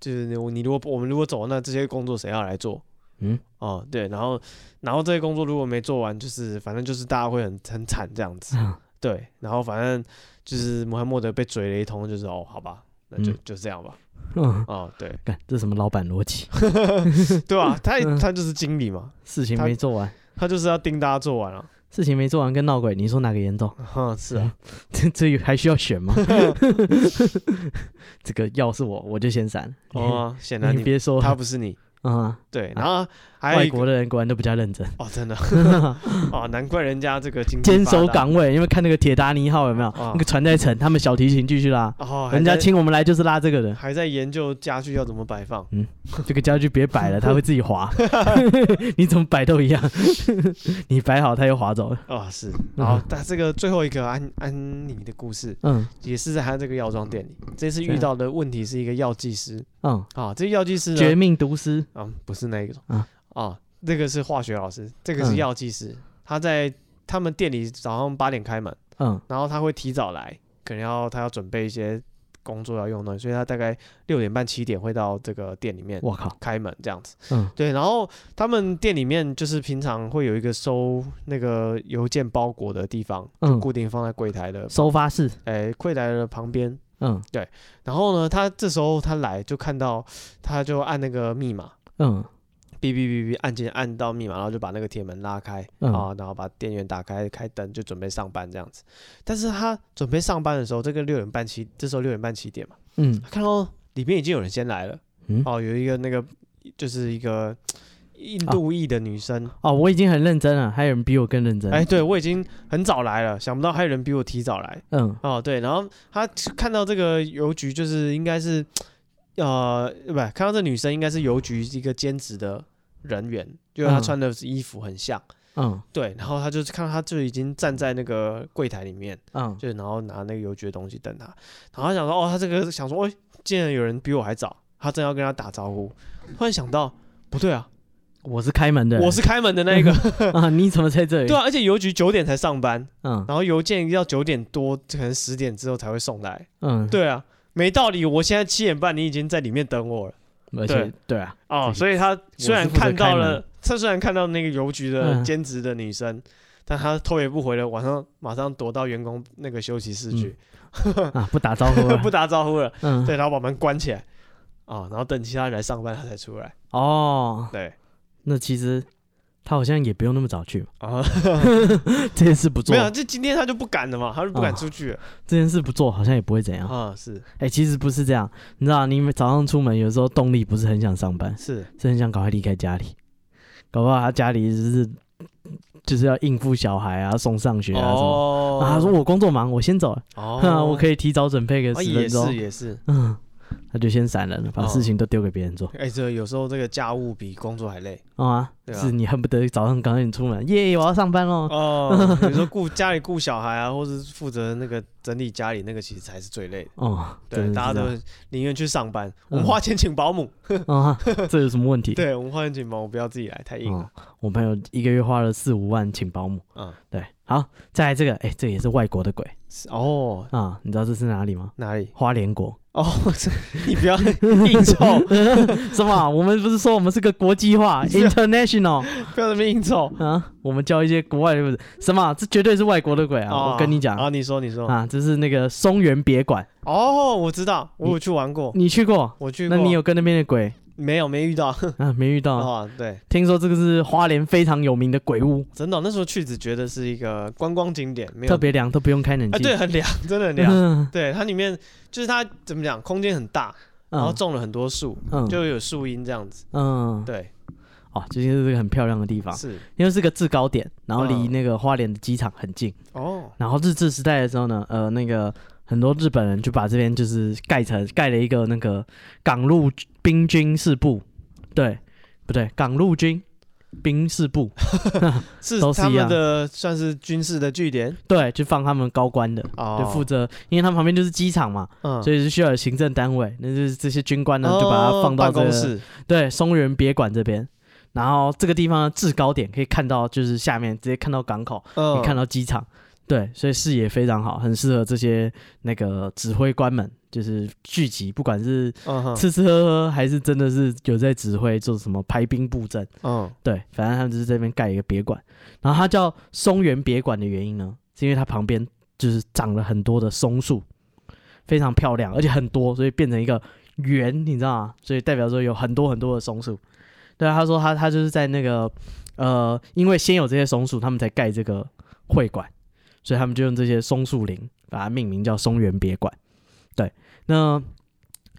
S1: 就是你你如果我们如果走，那这些工作谁要来做？
S2: 嗯，
S1: 哦、对，然后然后这些工作如果没做完，就是反正就是大家会很很惨这样 子。
S2: 啊
S1: 对，然后反正就是穆罕默德被嘴了一通，就是哦，好吧，那就、
S2: 嗯
S1: 就这样吧。
S2: 嗯，，
S1: 哦、对
S2: 干这什么老板逻辑？
S1: 对啊，他
S2: 嗯
S1: 他就是经理嘛，
S2: 事情
S1: 他
S2: 没做完，
S1: 他就是要盯大家做完了、
S2: 事情没做完跟闹鬼，你说哪个严重？
S1: 哼，是啊，
S2: 这这还需要 选吗？ 这个要是我，我就先闪。
S1: 哦，显然
S2: 嗯你
S1: 你
S2: 别说，
S1: 他不是你，
S2: 嗯，
S1: 对，然后还有
S2: 外
S1: 一个
S2: 国的人果然都比较认真，
S1: 哦， 真的哦，难怪人家这个经济
S2: 坚
S1: 发
S2: 守
S1: 达
S2: 岗位。因为看那个铁达尼号有没有
S1: 啊
S2: 那个船在沉，他们小提琴继续拉，
S1: 哦，还
S2: 人家
S1: 在
S2: 请我们来就是拉 这个的，
S1: 还在研究家具要怎么摆放。
S2: 这个家具别摆了，它会自 己滑， 你怎么摆都一样， 你摆好它又滑走了。
S1: 哦， 是，
S2: 嗯
S1: 然后但这个最后一个安安妮的故事，
S2: 嗯
S1: 也是在他这个药妆店里。这次
S2: 对
S1: 遇
S2: 啊
S1: 到的问题是一个药剂师
S2: 嗯，
S1: 啊，这个药剂师
S2: 绝
S1: 呢，
S2: 命毒师，
S1: 啊，不是那一种
S2: 啊
S1: 啊，这个是化学老师，这个是
S2: 嗯
S1: 药剂师，他在他们店里早上八点开门，
S2: 嗯
S1: 然后他会提早来，可能要他要准备一些工作要用的东西，所以他大概六点半七点会到这个店里面
S2: 我靠，
S1: 开门这样子。
S2: 嗯
S1: 对，然后他们店里面就是平常会有一个收那个邮件包裹的地方，
S2: 嗯，
S1: 固定放在柜台的，
S2: 收发室，
S1: 哎，柜台的旁边。
S2: 嗯
S1: 然后呢，他这时候他来就看到，他就按那个密码，
S2: 嗯
S1: 哔哔哔哔，按键按到密码，然后就把那个铁门拉开
S2: 嗯
S1: 啊，然后把电源打开，开灯就准备上班这样子。但是他准备上班的时候，这个六点半七，这时候六点半七点嘛，
S2: 嗯
S1: 他看到里面已经有人先来了，
S2: 嗯。
S1: 哦，有一个那个就是一个印
S2: 啊
S1: 度裔的女生，
S2: 哦，我已经很认真了，还有人比我更认真。
S1: 哎、对我已经很早来了，想不到还有人比我提早来
S2: 嗯
S1: 哦。对，然后他看到这个邮局，就是应该是呃，不，看到这女生应该是邮局一个兼职的人员，就是她
S2: 嗯
S1: 穿的衣服很像。
S2: 嗯
S1: 对，然后他就是看到她就已经站在那个柜台里面，
S2: 嗯
S1: 就然后拿那个邮局的东西等她，然后他想说，哦，他这个想说，哎、竟然有人比我还早，他正要跟她打招呼，突然想到，不对啊，
S2: 我是开门的，
S1: 我是开门的那一个，
S2: 啊，你怎么在这里？
S1: 对啊啊，而且邮局九点才上班，
S2: 嗯
S1: 然后邮件要九点多，可能十点之后才会送来。
S2: 嗯，
S1: 对啊，没道理，我现在七点半，你已经在里面等我了。
S2: 而且对啊，
S1: 哦，所以他虽然看到了，他虽然看到那个邮局
S2: 嗯
S1: 的兼职的女生，但他头也不回的，晚上马上躲到员工那个休息室去，
S2: 啊，不打招呼了
S1: 不，打招呼了，
S2: 嗯，
S1: 对，然后把门关起来。哦，然后等其他人来上班，他才出来。
S2: 哦，
S1: 对，
S2: 那其实他好像也不用那么早去嘛，
S1: 啊，
S2: 这件事不做
S1: 没，有，这啊今天他就不敢了嘛，他就不敢出去了
S2: 这件事不做好像也不会怎样。
S1: 啊，是
S2: 哎，其实不是这样，你知道，你早上出门有时候动力不是很想上班，
S1: 是，
S2: 是很想赶快离开家里，搞不好他家里就是就是要应付小孩啊，送上学啊什
S1: 哦
S2: 么。啊，他说我工作忙，我先走了，
S1: 哦
S2: 哼， 我可以提早准备个
S1: 啊，
S2: 十
S1: 也
S2: 分
S1: 是
S2: 钟，
S1: 也是，
S2: 嗯，他就先闪人了，把
S1: 哦
S2: 事情都丢给别人做，
S1: 哎、这有时候这个家务比工作还累
S2: 好吗？
S1: 对啊
S2: 是你恨不得早上赶紧出门，耶，我要上班喽。
S1: 哦。比如说顾家里顾小孩啊，或是负责那个整理家里那个，其实才是最累的。
S2: 哦，
S1: 对，
S2: 真的是
S1: 大家
S2: 这
S1: 都
S2: 样 嗯
S1: 宁愿去上班，我们花钱请保姆。
S2: 啊，这有什么问 题？
S1: 对，我们花钱请保姆，不要自己来，太硬
S2: 哦
S1: 了。，
S2: 我朋友一个月花了四五万请保姆，
S1: 嗯，
S2: 对，好，再来这个，哎，这也是外国的鬼
S1: 是哦，
S2: 啊，你知道这是哪里吗？
S1: 哪里？
S2: 花 莲国，
S1: 哦，这你不要硬凑，
S2: 什么啊？我们不是说我们是个国 际化
S1: 啊
S2: international
S1: 不要这么硬凑
S2: 啊？我们教一些国外的什么啊？这绝对是外国的鬼啊！
S1: 哦
S2: 我跟你
S1: 啊，
S2: 讲
S1: 你说，你说。
S2: 啊，这是那个松原别馆，
S1: 哦，我知道，我有去玩过，
S2: 你去过？
S1: 我哦去过。
S2: 那你有跟那边 的鬼
S1: 没有没遇到？
S2: 啊？没遇到啊？
S1: 哦，对，
S2: 听说这个是花莲非常有名的鬼屋，
S1: 真的哦，那时候去只觉得是一个观光景点，没有
S2: 特别凉，都不用开冷
S1: 啊，
S2: 气。
S1: 对，很凉，真的很凉。
S2: 嗯，
S1: 对，啊它里面就是它怎么讲，空间很大，然后
S2: 嗯
S1: 种了很多树，
S2: 嗯
S1: 就有树荫这样子。
S2: 嗯，
S1: 对，
S2: 哦，最近是个很漂亮的地方，
S1: 是
S2: 因为是个制高点，然后离
S1: 嗯
S2: 那个花莲的机场很近。
S1: 哦，
S2: 然后日治时代的时候呢，呃，那个很多日本人就把这边就是盖成盖了一个那个港陆兵军事部，对，不对，港陆军兵事部，
S1: 是
S2: 都是
S1: 他
S2: 一
S1: 们
S2: 样
S1: 的算是军事的据点
S2: 对，就放他们高官的。
S1: 哦
S2: 就，负责，因为他们旁边就是机场嘛，
S1: 嗯
S2: 所以是需要有行政单位，那就是这些军官呢，就把它
S1: 哦
S2: 放到
S1: 办
S2: 这
S1: 公
S2: 个
S1: 室
S2: 对，松原别馆这边。然后这个地方的制高点可以看到，就是下面直接看到港口，
S1: 嗯
S2: 可以看到机场，对，所以视野非常好，很适合这些那个指挥官们，就是聚集，不管是
S1: 嗯哼
S2: 吃吃喝喝，还是真的是有在指挥做什么排兵布阵，
S1: 嗯
S2: 对，反正他们就是这边盖一个别馆。然后它叫松原别馆的原因呢，是因为它旁边就是长了很多的松树，非常漂亮，而且很多，所以变成一个圆，你知道吗？所以代表说有很多很多的松树。对啊，他说他他就是在那个呃，因为先有这些松树，他们才盖这个会馆，所以他们就用这些松树林把它命名叫松原别馆。对，那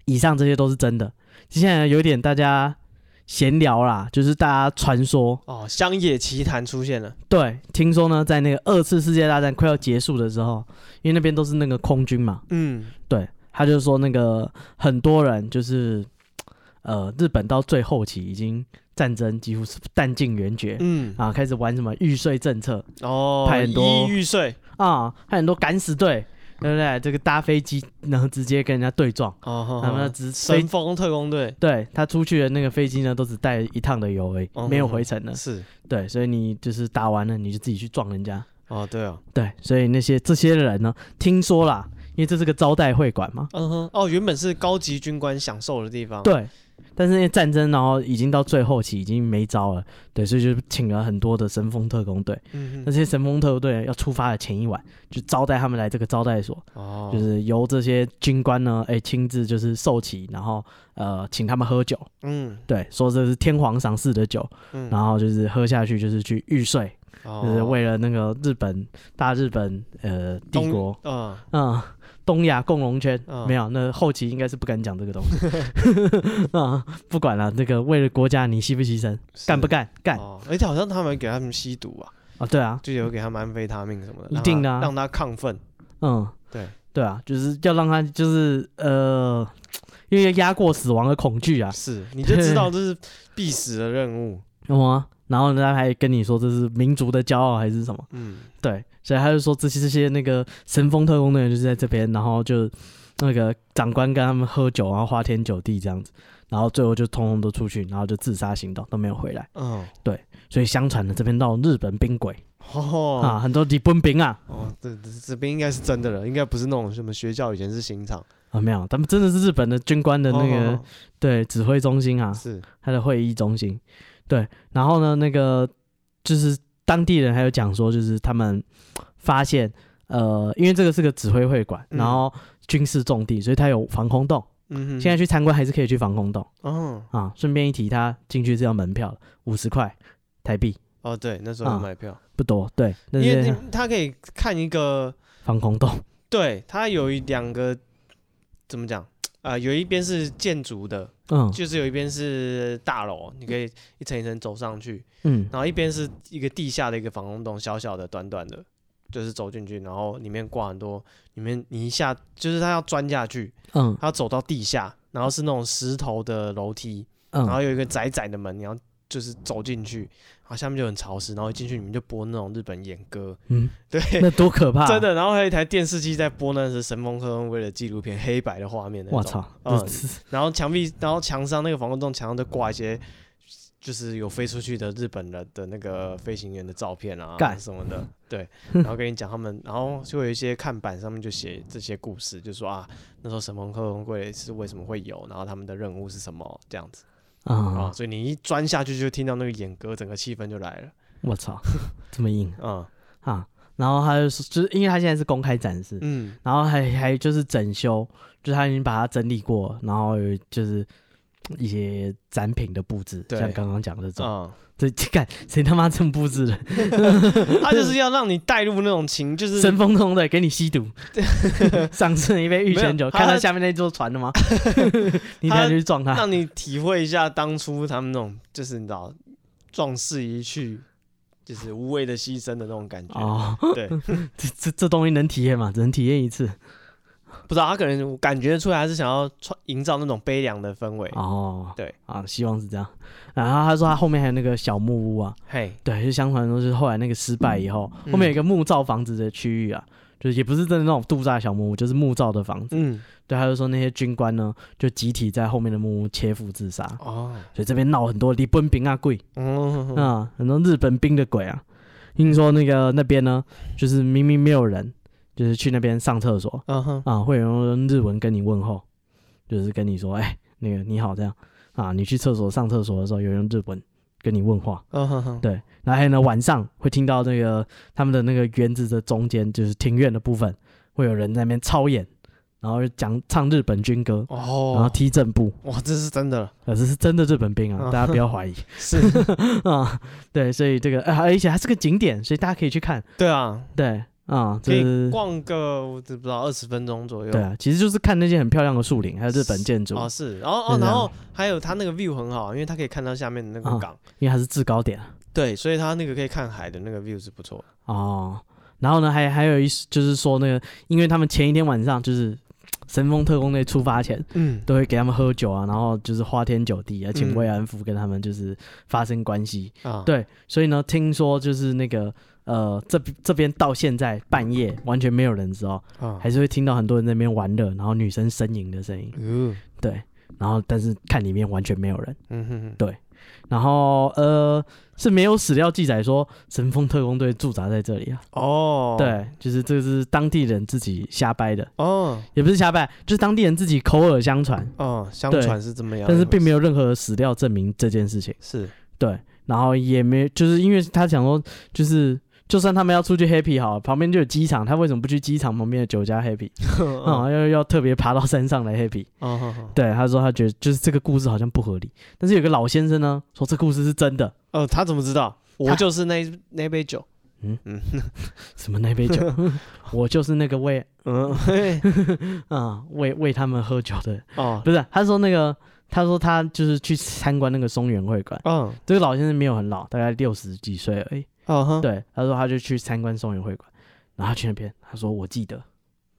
S2: 以上这些都是真的。接下来有点大家闲聊啦，就是大家传说，
S1: 哦，乡野奇谈出现了，
S2: 对，听说呢，在那个二次世界大战快要结束的时候，因为那边都是那个空军嘛，
S1: 嗯，
S2: 对，他就说那个很多人就是，呃，日本到最后期已经战争几乎是弹尽援绝、
S1: 嗯，
S2: 啊，开始玩什么玉碎政策
S1: 哦，
S2: 啊派很多
S1: 一玉碎，
S2: 啊，还有很多敢死队，对不对？这个搭飞机然后直接跟人家对撞，
S1: 哦，
S2: 他们
S1: 哦
S2: 只飞
S1: 神风特工队
S2: 对他出去的那个飞机呢，都只带一趟的油而已，
S1: 哦
S2: 没有回程的。
S1: 是，
S2: 对，所以你就是打完了，你就自己去撞人家。
S1: 哦，对哦，
S2: 对，所以那些这些人呢，听说啦，因为这是个招待会馆嘛，
S1: 嗯哼，哦，原本是高级军官享受的地方，，
S2: 对。但是因为战争，然后已经到最后期，已经没招了，对，所以就请了很多的神风特工队。
S1: 嗯
S2: 那
S1: 哼，
S2: 些神风特工队要出发的前一晚，就招待他们来这个招待所，
S1: 哦，
S2: 就是由这些军官呢，哎，亲自就是授旗，然后呃，请他们喝酒，
S1: 嗯
S2: 对，说这是天皇赏赐的酒，
S1: 嗯，哦
S2: 然后就是喝下去就是去玉碎，
S1: 后
S2: 就是为了那个日本大日本呃帝国，
S1: 嗯，
S2: 嗯，东亚共荣圈、
S1: 嗯
S2: 没有，那后期应该是不敢讲这个东西， 嗯，不管了，那个为了国家你牺不牺牲，干不
S1: 是？
S2: 干干啊、
S1: 哦，而且好像他们给他们吸毒啊，
S2: 对啊，
S1: 就有给他们安非他命什么的，
S2: 一
S1: 让
S2: 定
S1: 他
S2: 的啊
S1: 让他亢奋，
S2: 嗯，
S1: 对，
S2: 对啊，就是要让他就是呃，因为要压过死亡的恐惧啊，
S1: 是，你就知道这是必死的任 务，
S2: 懂吗？然后人家还跟你说这是民族的骄傲还是什么？
S1: 嗯，
S2: 对，所以他就说这些这些那个神风特工队员就是在这边，然后就那个长官跟他们喝酒，然后花天酒地这样子，然后最后就通通都出去，然后就自杀行动都没有回来。
S1: 哦，
S2: 所以相传呢，这边到日本兵鬼、
S1: 哦，
S2: 啊，很多日本兵啊
S1: 哦，这这这边应该是真的了，应该不是那种什么学校以前是刑场
S2: 啊没有，他们真的是日本的军官的那个、
S1: 哦
S2: 对指挥中心啊，
S1: 是，
S2: 他的会议中心。对，然后呢，那个就是当地人还有讲说，就是他们发现，呃，因为这个是个指挥会馆，
S1: 嗯
S2: 然后军事重地，所以它有防空洞。
S1: 嗯哼，
S2: 现在去参观还是可以去防空洞
S1: 哦
S2: 啊。顺便一提，它进去是要门票的，五十块台币，
S1: 哦对，那时候有
S2: 啊
S1: 买票，
S2: 不多。对，那
S1: 因为
S2: 是
S1: 你他可以看一个，
S2: 防空洞。
S1: 对，它有一两个怎么讲啊、有一边是建筑的，
S2: 嗯
S1: 就是有一边是大楼，你可以一层一层走上去，
S2: 嗯
S1: 然后一边是一个地下的一个防空洞，小小的、短短的，就是走进去，然后里面挂很多，里面你一下就是他要钻下去，
S2: 嗯
S1: 他要走到地下，然后是那种石头的楼梯，然
S2: 嗯，
S1: 后有一个窄窄的门，你要就是走进去，然后下面就很潮湿，然后一进去里面就播那种日本演歌，
S2: 嗯，
S1: 对，
S2: 那多可怕！啊
S1: 真，的，然后还有一台电视机在播那是神风特工队的纪录片，黑白的画面的，
S2: 我！操！
S1: 嗯
S2: 这是
S1: 然后墙壁，然后墙上那个防空洞墙上都挂一些。就是有飞出去的日本人的那个飞行员的照片啊，
S2: 干
S1: 什么的，对。然后跟你讲他们，然后就有一些看板上面就写这些故事，就说啊，那时候神风特工队是为什么会有，然后他们的任务是什么这样子。啊，
S2: 啊！
S1: 所以你一钻下去就听到那个演歌，整个气氛就来了。
S2: 我操，这么硬
S1: 嗯
S2: 啊！然后他就说，就是因为他现在是公开展示，
S1: 嗯，
S2: 然后还还就是整修，就是他已经把它整理过，然后有就是一些展品的布置，
S1: 对
S2: 像刚刚讲的这种，
S1: 啊、
S2: 这这干谁他妈这么布置的？
S1: 他就是要让你带入那种情， 就是
S2: 神风通的给你吸毒， 赏赐你一杯御前
S1: 没有
S2: 酒，
S1: 他
S2: 看到下面那座船了吗？ 你才去 撞他，
S1: 让你体会一下当初他们那种，就是你知道壮士一去，就是无谓的牺牲的那种感觉。
S2: 哦，
S1: 对，
S2: 这这这东西能体验吗？只能体验一次
S1: 不知道他可能感觉出来，他是想要创营造那种悲凉的氛围。
S2: 哦。
S1: 对
S2: 啊，希望是这样。然后他说他后面还有那个小木屋啊，
S1: 嘿，
S2: 对，就相传说是后来那个失败以后，
S1: 嗯
S2: 后面有一个木造房子的区域啊，就是也不是真的那种度假小木屋，就是木造的房子。
S1: 嗯，
S2: 对，他就说那些军官呢，就集体在后面的木屋切腹自杀，
S1: 哦，
S2: 所以这边闹很多日本兵啊鬼
S1: 嗯，
S2: 啊，很多日本兵的鬼啊。听说那个那边呢，就是明明没有人，就是去那边上厕所
S1: 嗯哼，
S2: 啊，会有人用日文跟你问候，就是跟你说，哎、那个你好这样啊，你去厕所上厕所的时候，有人用日文跟你问话。
S1: 嗯哼哼，
S2: 对，然后还有呢，晚上会听到那个他们的那个园子的中间，就是庭院的部分，会有人在那边操演，然后讲唱日本军歌，然后
S1: 哦，
S2: 踢正步，
S1: 哇，这是真的 了，
S2: 呃，这是真的日本兵啊，
S1: 啊
S2: 大家不要怀疑
S1: 是，哦
S2: 啊啊、对，所以这个、呃，而且它是个景点，所以大家可以去看。
S1: 对啊，
S2: 对，啊，
S1: 可
S2: 这
S1: 以
S2: 是
S1: 逛个我只不知道二十分钟左右。
S2: 对啊，其实就是看那些很漂亮的树林，还有日本建筑，
S1: 哦是，然后哦
S2: 对
S1: 然
S2: 啊
S1: 后还有它那个 view 很好，因为它可以看到下面的那个
S2: 啊
S1: 港，
S2: 因为它是制高点啊
S1: 对，所以它那个可以看海的那个 view 是不错。
S2: 哦。然后呢，还还有一就是说那个，因为他们前一天晚上就是神风特工队出发前，
S1: 嗯，
S2: 都会给他们喝酒啊，然后就是花天酒地啊，请
S1: 嗯
S2: 慰安妇跟他们就是发生关系。
S1: 啊，
S2: 对，所以呢，听说就是那个呃，这这边到现在半夜完全没有人的时候，
S1: 啊，
S2: 还是会听到很多人在那边玩乐，然后女生呻吟的声音。
S1: 嗯
S2: 对，然后但是看里面完全没有人。
S1: 嗯哼
S2: 对然后呃是没有史料记载说神风特工队驻扎在这里啊。
S1: 哼，哦，，
S2: 对，就是这个是当地人自己瞎掰的，
S1: 哦
S2: 也不是瞎掰，就是当地人自己口耳相传，
S1: 哦，相
S2: 对
S1: 传是这么样一回
S2: 但
S1: 事，
S2: 是并没有任何史料证明这件事情。
S1: 是，
S2: 对，然后也没就是因为他想说，就是就算他们要出去 happy 好了，旁边就有机场，他为什么不去机场旁边的酒家 happy 啊、
S1: 哦
S2: 要要特别爬到山上来 happy？
S1: 哦
S2: 对，他说他觉得就是这个故事好像不合理，但是有个老先生呢说这故事是真的，
S1: 哦，他怎么知道？我
S2: 他
S1: 就是那一那杯酒，
S2: 什么那杯酒，我就是那个为
S1: 嗯，嘿
S2: 啊、为为他们喝酒的，
S1: 哦，
S2: 不是他说那个。他说他就是去参观那个松原会馆，
S1: 嗯，
S2: 这个老先生没有很老，大概六十几岁而已。
S1: 哦哼，
S2: 对，他说他就去参观松原会馆，然后他去那边，他说我记得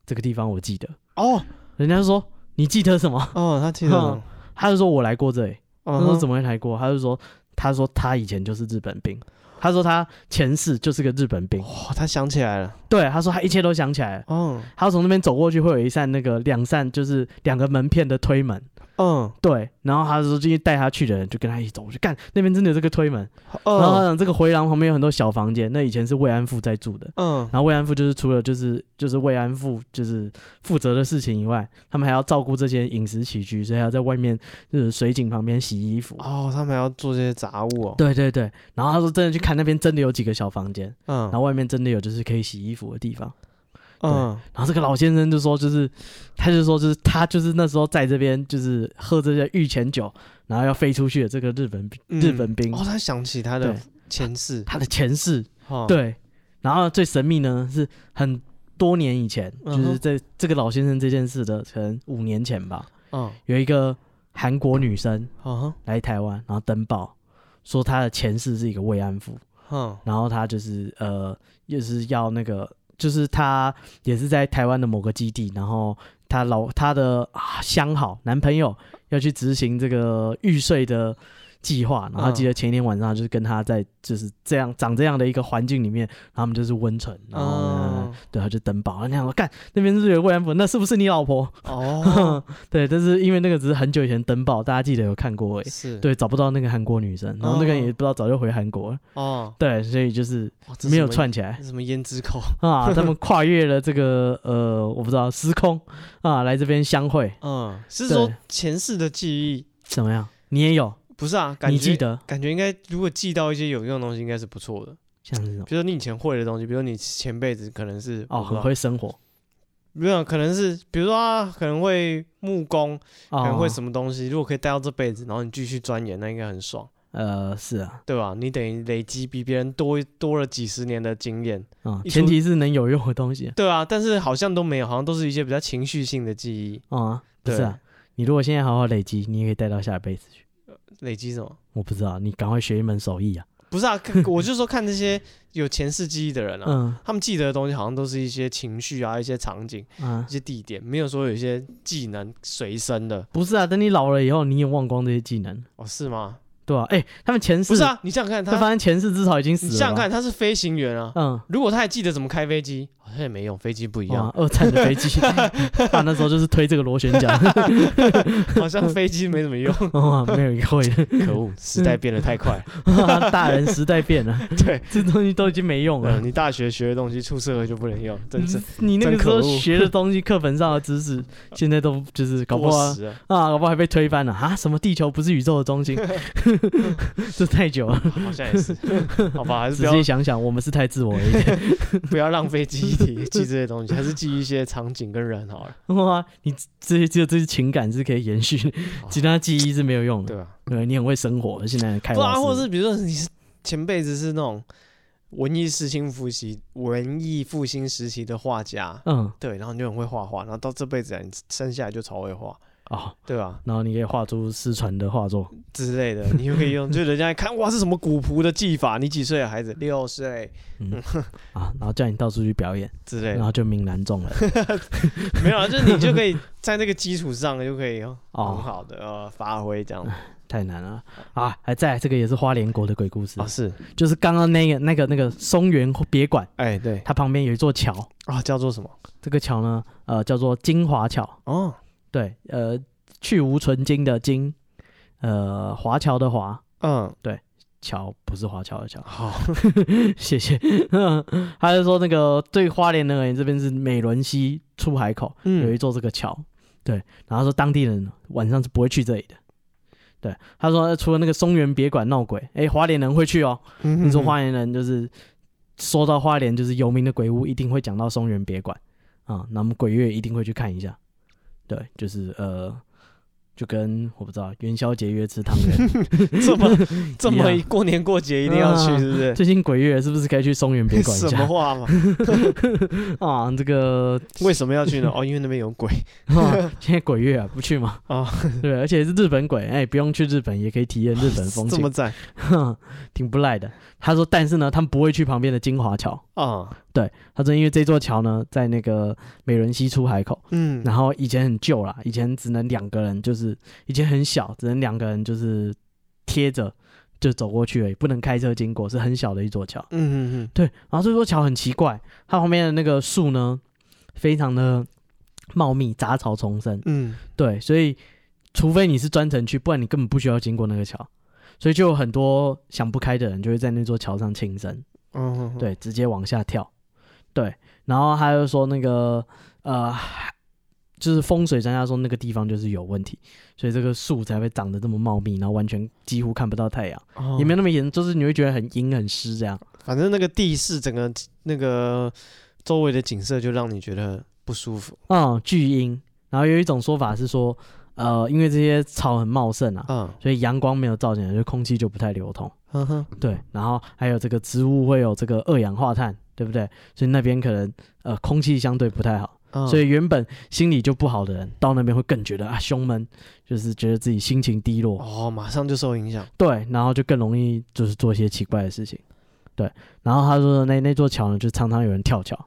S2: 这个地方我记得，
S1: 哦
S2: 人家就说你记得什么？
S1: 哦，他记得
S2: 嗯
S1: 了，
S2: 他就说我来过这里，他
S1: 哦
S2: 说怎
S1: 么？
S2: 么会来过？他就说他说他以前就是日本兵，他说他前世就是个日本兵，
S1: 哦，他想起来了，
S2: 对，他说他一切都想起来了。
S1: 嗯
S2: 他从那边走过去，会有一扇那个两扇就是两个门片的推门，
S1: 嗯，
S2: 对。然后他说，这些带他去的人就跟他一起走过去，干那边真的有这个推门。然后他
S1: 哦
S2: 讲这个回廊旁边有很多小房间，那以前是慰安妇在住的。
S1: 嗯，
S2: 然后慰安妇就是除了就是就是慰安妇就是负责的事情以外，他们还要照顾这些饮食起居，所以还要在外面就是水井旁边洗衣服。
S1: 哦，他们还要做这些杂物哦，
S2: 对对对，然后他说真的去看那边真的有几个小房间，
S1: 嗯
S2: 然后外面真的有就是可以洗衣服的地方。
S1: 嗯
S2: 然后这个老先生就说就是，他就说就是他就是那时候在这边就是喝这些御前酒，然后要飞出去的这个日本兵
S1: 嗯
S2: 日本兵，
S1: 哦，他想起他的
S2: 对
S1: 前世，
S2: 他的前世
S1: 哦，
S2: 对，然后最神秘呢是很多年以前，就
S1: 嗯
S2: 是
S1: 哼
S2: 在这个老先生这件事的可能五年前吧，
S1: 嗯，
S2: 有一个韩国女生
S1: 哦
S2: 来台湾，然后登报说她的前世是一个慰安妇，
S1: 哼，
S2: 然后她就是呃，就是要那个，就是她也是在台湾的某个基地，然后她老她的啊相好男朋友要去执行这个玉碎的。计划，然后她记得前一天晚上就是跟她在就是这样长这样的一个环境里面，然后他们就是温存，
S1: 嗯，
S2: 然后呢，
S1: 哦
S2: 对，他就登报，然后想说干那边是不是有慰安妇，那是不是你老婆？
S1: 哦，
S2: 对，但是因为那个只是很久以前登报，大家记得有看过而已。
S1: 是，，
S2: 对，找不到那个韩国女生，然后那个人也不知道早就回韩国了。
S1: 哦，
S2: 对，所以就是
S1: 哇
S2: 没有，串起来
S1: 这是什么这是什么胭 脂扣，
S2: 啊，他们跨越了这个呃，我不知道时空啊，来这边相会，
S1: 嗯，是
S2: 对
S1: 说前世的记忆，
S2: 怎么样？你也有，
S1: 不是啊，感
S2: 你
S1: 觉
S2: 记得
S1: 感觉应该，如果记到一些有用的东西，应该是不错的。
S2: 像这种
S1: 比如说你以前会的东西，比如说你前辈子可能是
S2: 哦，
S1: 我不知
S2: 很
S1: 道
S2: 会生活，
S1: 没有，可能是比如说他可能会木工，可
S2: 哦，
S1: 能会什么东西。如果可以带到这辈子，然后你继续钻研，那应该很爽，
S2: 呃，是啊，
S1: 对吧？你等于累积比别人多多了几十年的经验，
S2: 啊，
S1: 一出
S2: 前提是能有用的东西
S1: 对啊。但是好像都没有，好像都是一些比较情绪性的记忆。
S2: 啊，不
S1: 对，
S2: 是啊，你如果现在好好累积，你也可以带到下辈子去。
S1: 累积什么？
S2: 我不知道，你赶快学一门手艺啊！
S1: 不是啊，看我就说看那些有前世记忆的人啊，
S2: 嗯
S1: 他们记得的东西好像都是一些情绪啊、一些场景、
S2: 啊
S1: 一，些地点，没有说有一些技能随身的。
S2: 不是啊，等你老了以后，你也忘光这些技能，
S1: 哦，是吗？
S2: 对吧、啊？哎、他们前世
S1: 不是，啊，你想想看
S2: 他
S1: 他，
S2: 发现前世至少已经死
S1: 你
S2: 了。
S1: 想想，看他是飞行员啊，
S2: 嗯，
S1: 如果他还记得怎么开飞机，好像也没用，飞机不一样
S2: 哇，，二战的飞机， 他那时候就是推这个螺旋桨，
S1: 好像飞机没怎么 用。
S2: 哇，没有一个会的，
S1: 可恶，时代变得太 快。
S2: 大人时代 变了，
S1: 对，
S2: 这东西都已经没用
S1: 呃
S2: 了。
S1: 你大学学的东西出社会就不能用，
S2: 嗯
S1: 真是
S2: 你那个时候
S1: 真可恶
S2: 学的东西，课本上的知识，现在都就是搞不好
S1: 过
S2: 啊，
S1: 时了。
S2: 搞不好还被推翻了啊！什么地球不是宇宙 的中心，这太久了。
S1: 好像也 是，好吧，还是不
S2: 仔
S1: 要
S2: 细想想，我们是太自我 了一点。
S1: 不要浪费记忆体记这些东西，还是记一些场景跟人好了，
S2: 哇，你这些这这些情感是可 以延续的
S1: 好，
S2: 其他记忆是没有
S1: 哦
S2: 用的。
S1: 对吧？
S2: 对，你很会生活，现在开
S1: 不
S2: 挖
S1: 然
S2: 式
S1: 或者是比如说你是前辈子是那种文艺复兴复习文艺复兴时期的画家，
S2: 嗯，
S1: 对，然后你就很会画画，然后到这辈子啊，你生下来就超会画，
S2: 哦，
S1: 对 吧？
S2: 然后你可以画出失传的画作，
S1: 之类的，你就可以用，就人家一看哇，是什么古朴的技法？你几岁啊，孩 子？六岁
S2: 嗯啊，然后叫你到处去表演，
S1: 之类
S2: 然
S1: 的，
S2: 后就名难中了。
S1: 没有啊，就是你就可以在那个基础上就可以很
S2: 哦，
S1: 好的呃发挥这样 子
S2: 太难了啊！还在这个也是花莲国的鬼故事
S1: 啊，，是，
S2: 就是刚刚那个那个那个松原别馆，
S1: 哎对
S2: 它旁边有一座桥，
S1: 啊，叫做什么？
S2: 这个桥呢，呃，叫做金华桥，
S1: 哦，
S2: 对，呃，去无存金的金，呃，华侨的华。
S1: 嗯，
S2: 桥不是华侨的桥，
S1: 好，
S2: 谢谢。他就说那个对花莲人而言，这边是美伦溪出海口，有一
S1: 嗯，
S2: 座这个桥，对，然后他说当地人晚上是不会去这里的。对，他说除了那个松原别馆闹鬼，哎，花莲人会去哦。
S1: 你
S2: 听说花莲人就是说到花莲就是有名的鬼屋，一定会讲到松原别馆啊，那我们鬼月一定会去看一下。对，就是呃，就跟我不知道元宵节约吃汤 圆，
S1: 这 么这么
S2: 一
S1: 过年过节一定要去，
S2: 啊
S1: 是不是？
S2: 最近鬼月是不是该去松原别馆一
S1: 什么
S2: 下
S1: 话嘛？
S2: 啊？这个
S1: 为什么要去呢？哦，因为那边有鬼
S2: 啊现在鬼月啊，不去吗？
S1: 啊，
S2: 对，而且是日本鬼，哎、不用去日本也可以体验日本 风
S1: 这
S2: 情
S1: 么，赞
S2: 哼挺不赖的。他说，但是呢，他们不会去旁边的金华桥。
S1: 啊，
S2: 他说，因为这座桥呢，在那个美伦西出海口，
S1: 嗯，
S2: 然后以前很旧啦，以前只能两个人，就是以前很小，只能两个人就是贴着就走过去而已，不能开车经过，是很小的一座桥。
S1: 嗯嗯
S2: 对，然后这座桥很奇怪，它旁边的那个树呢，非常的茂密，杂草丛生。
S1: 嗯
S2: 对，所以除非你是专程去，不然你根本不需要经过那个桥。所以就有很多想不开的人就会在那座桥上轻生，
S1: 嗯嗯，嗯，
S2: 对，直接往下跳，对。然后他又说那个呃，就是风水专家说那个地方就是有问题，所以这个树才会长得这么茂密，然后完全几乎看不到太阳，
S1: 哦
S2: 也没有那么严，就是你会觉得很阴很湿这样。
S1: 反正那个地势，整个那个周围的景色就让你觉得不舒服
S2: 嗯，巨阴。然后有一种说法是说，呃，因为这些草很茂盛啊，
S1: 啊。
S2: 所以阳光没有照进来，就空气就不太流通。
S1: 嗯哼，
S2: 对，然后还有这个植物会有这个二氧化碳，对不对？所以那边可能呃空气相对不太好，
S1: 啊
S2: 所以原本心理就不好的人到那边会更觉得啊胸闷，就是觉得自己心情低落，
S1: 哦，马上就受影响。
S2: 对，然后就更容易就是做一些奇怪的事情，对。然后他说的那那座桥呢，就常常有人跳桥，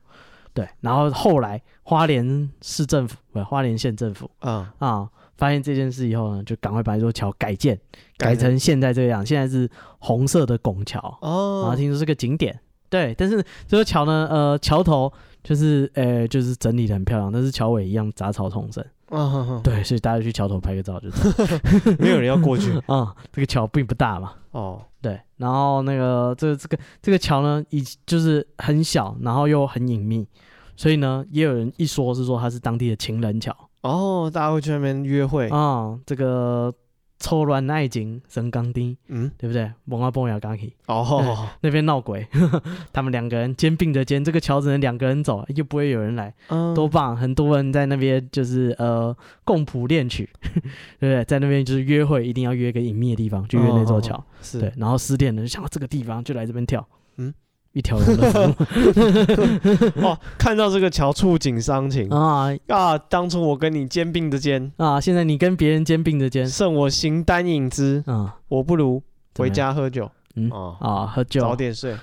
S2: 对。然后后来花莲市政府不是花莲县政府
S1: 啊，
S2: 啊。发现这件事以后呢，就赶快把这座桥改建，改
S1: 改成
S2: 成现在这个样。现在是红色的拱桥，然后
S1: 哦，
S2: 听说是个景点，对，但是这座桥呢，呃，桥头就是呃就是整理的很漂亮，但是桥尾一样杂草丛生，
S1: 啊，
S2: 对，所以大家去桥头拍个照就知道
S1: 没有人要过去
S2: 啊、这个桥并不大嘛，
S1: 哦，
S2: 对，然后那个这这个这个桥呢，以就是很小，然后又很隐秘，所以呢，也有人一说是说它是当地的情人桥
S1: 哦，大家会去那边约会
S2: 啊、，这个抽乱爱情神钢钉，
S1: 嗯，
S2: 对不对？蒙阿波亚钢琴。
S1: 哦，
S2: 那边闹鬼， 他们两个人肩并着肩，这个桥只能两个人走，又不会有人来，
S1: 嗯
S2: 多棒！很多人在那边就是呃共谱恋曲， 对不对？在那边就是约会，一定要约个隐秘的地方，就约那座桥。
S1: 哦是
S2: 对，然后失恋的就想到这个地方，就来这边跳，
S1: 嗯，
S2: 一条龙的服
S1: 哦，看到这个桥触景伤情
S2: 务啊
S1: 啊！当初我跟你肩并着肩，
S2: 啊！现在你跟别人肩并着肩，
S1: 剩我形单影只，
S2: 啊
S1: 我不如
S2: 怎么
S1: 回
S2: 样
S1: 家喝酒，
S2: 嗯
S1: 哦，
S2: 啊，喝酒
S1: 早点睡，
S2: 啊，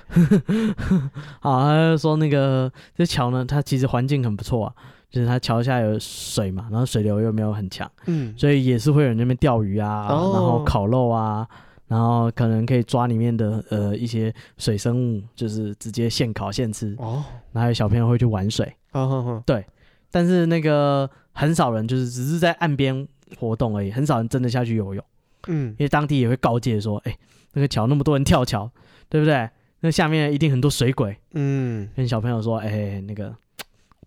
S2: 他就说那个这桥呢，它其实环境很不错啊，就是它桥下有水嘛，然后水流又没有很强。
S1: 嗯，
S2: 所以也是会有人在那边钓鱼啊，
S1: 哦
S2: 然后烤肉啊，然后可能可以抓里面的呃一些水生物，就是直接现烤现吃。
S1: 哦，
S2: 然后有小朋友会去玩水，
S1: 好好好，
S2: 但是那个很少人就是只是在岸边活动而已，很少人真的下去游泳，
S1: 嗯
S2: 因为当地也会告诫说，哎、那个桥那么多人跳桥，对不对？那下面一定很多水鬼，
S1: 嗯。
S2: 跟小朋友说，哎、那个。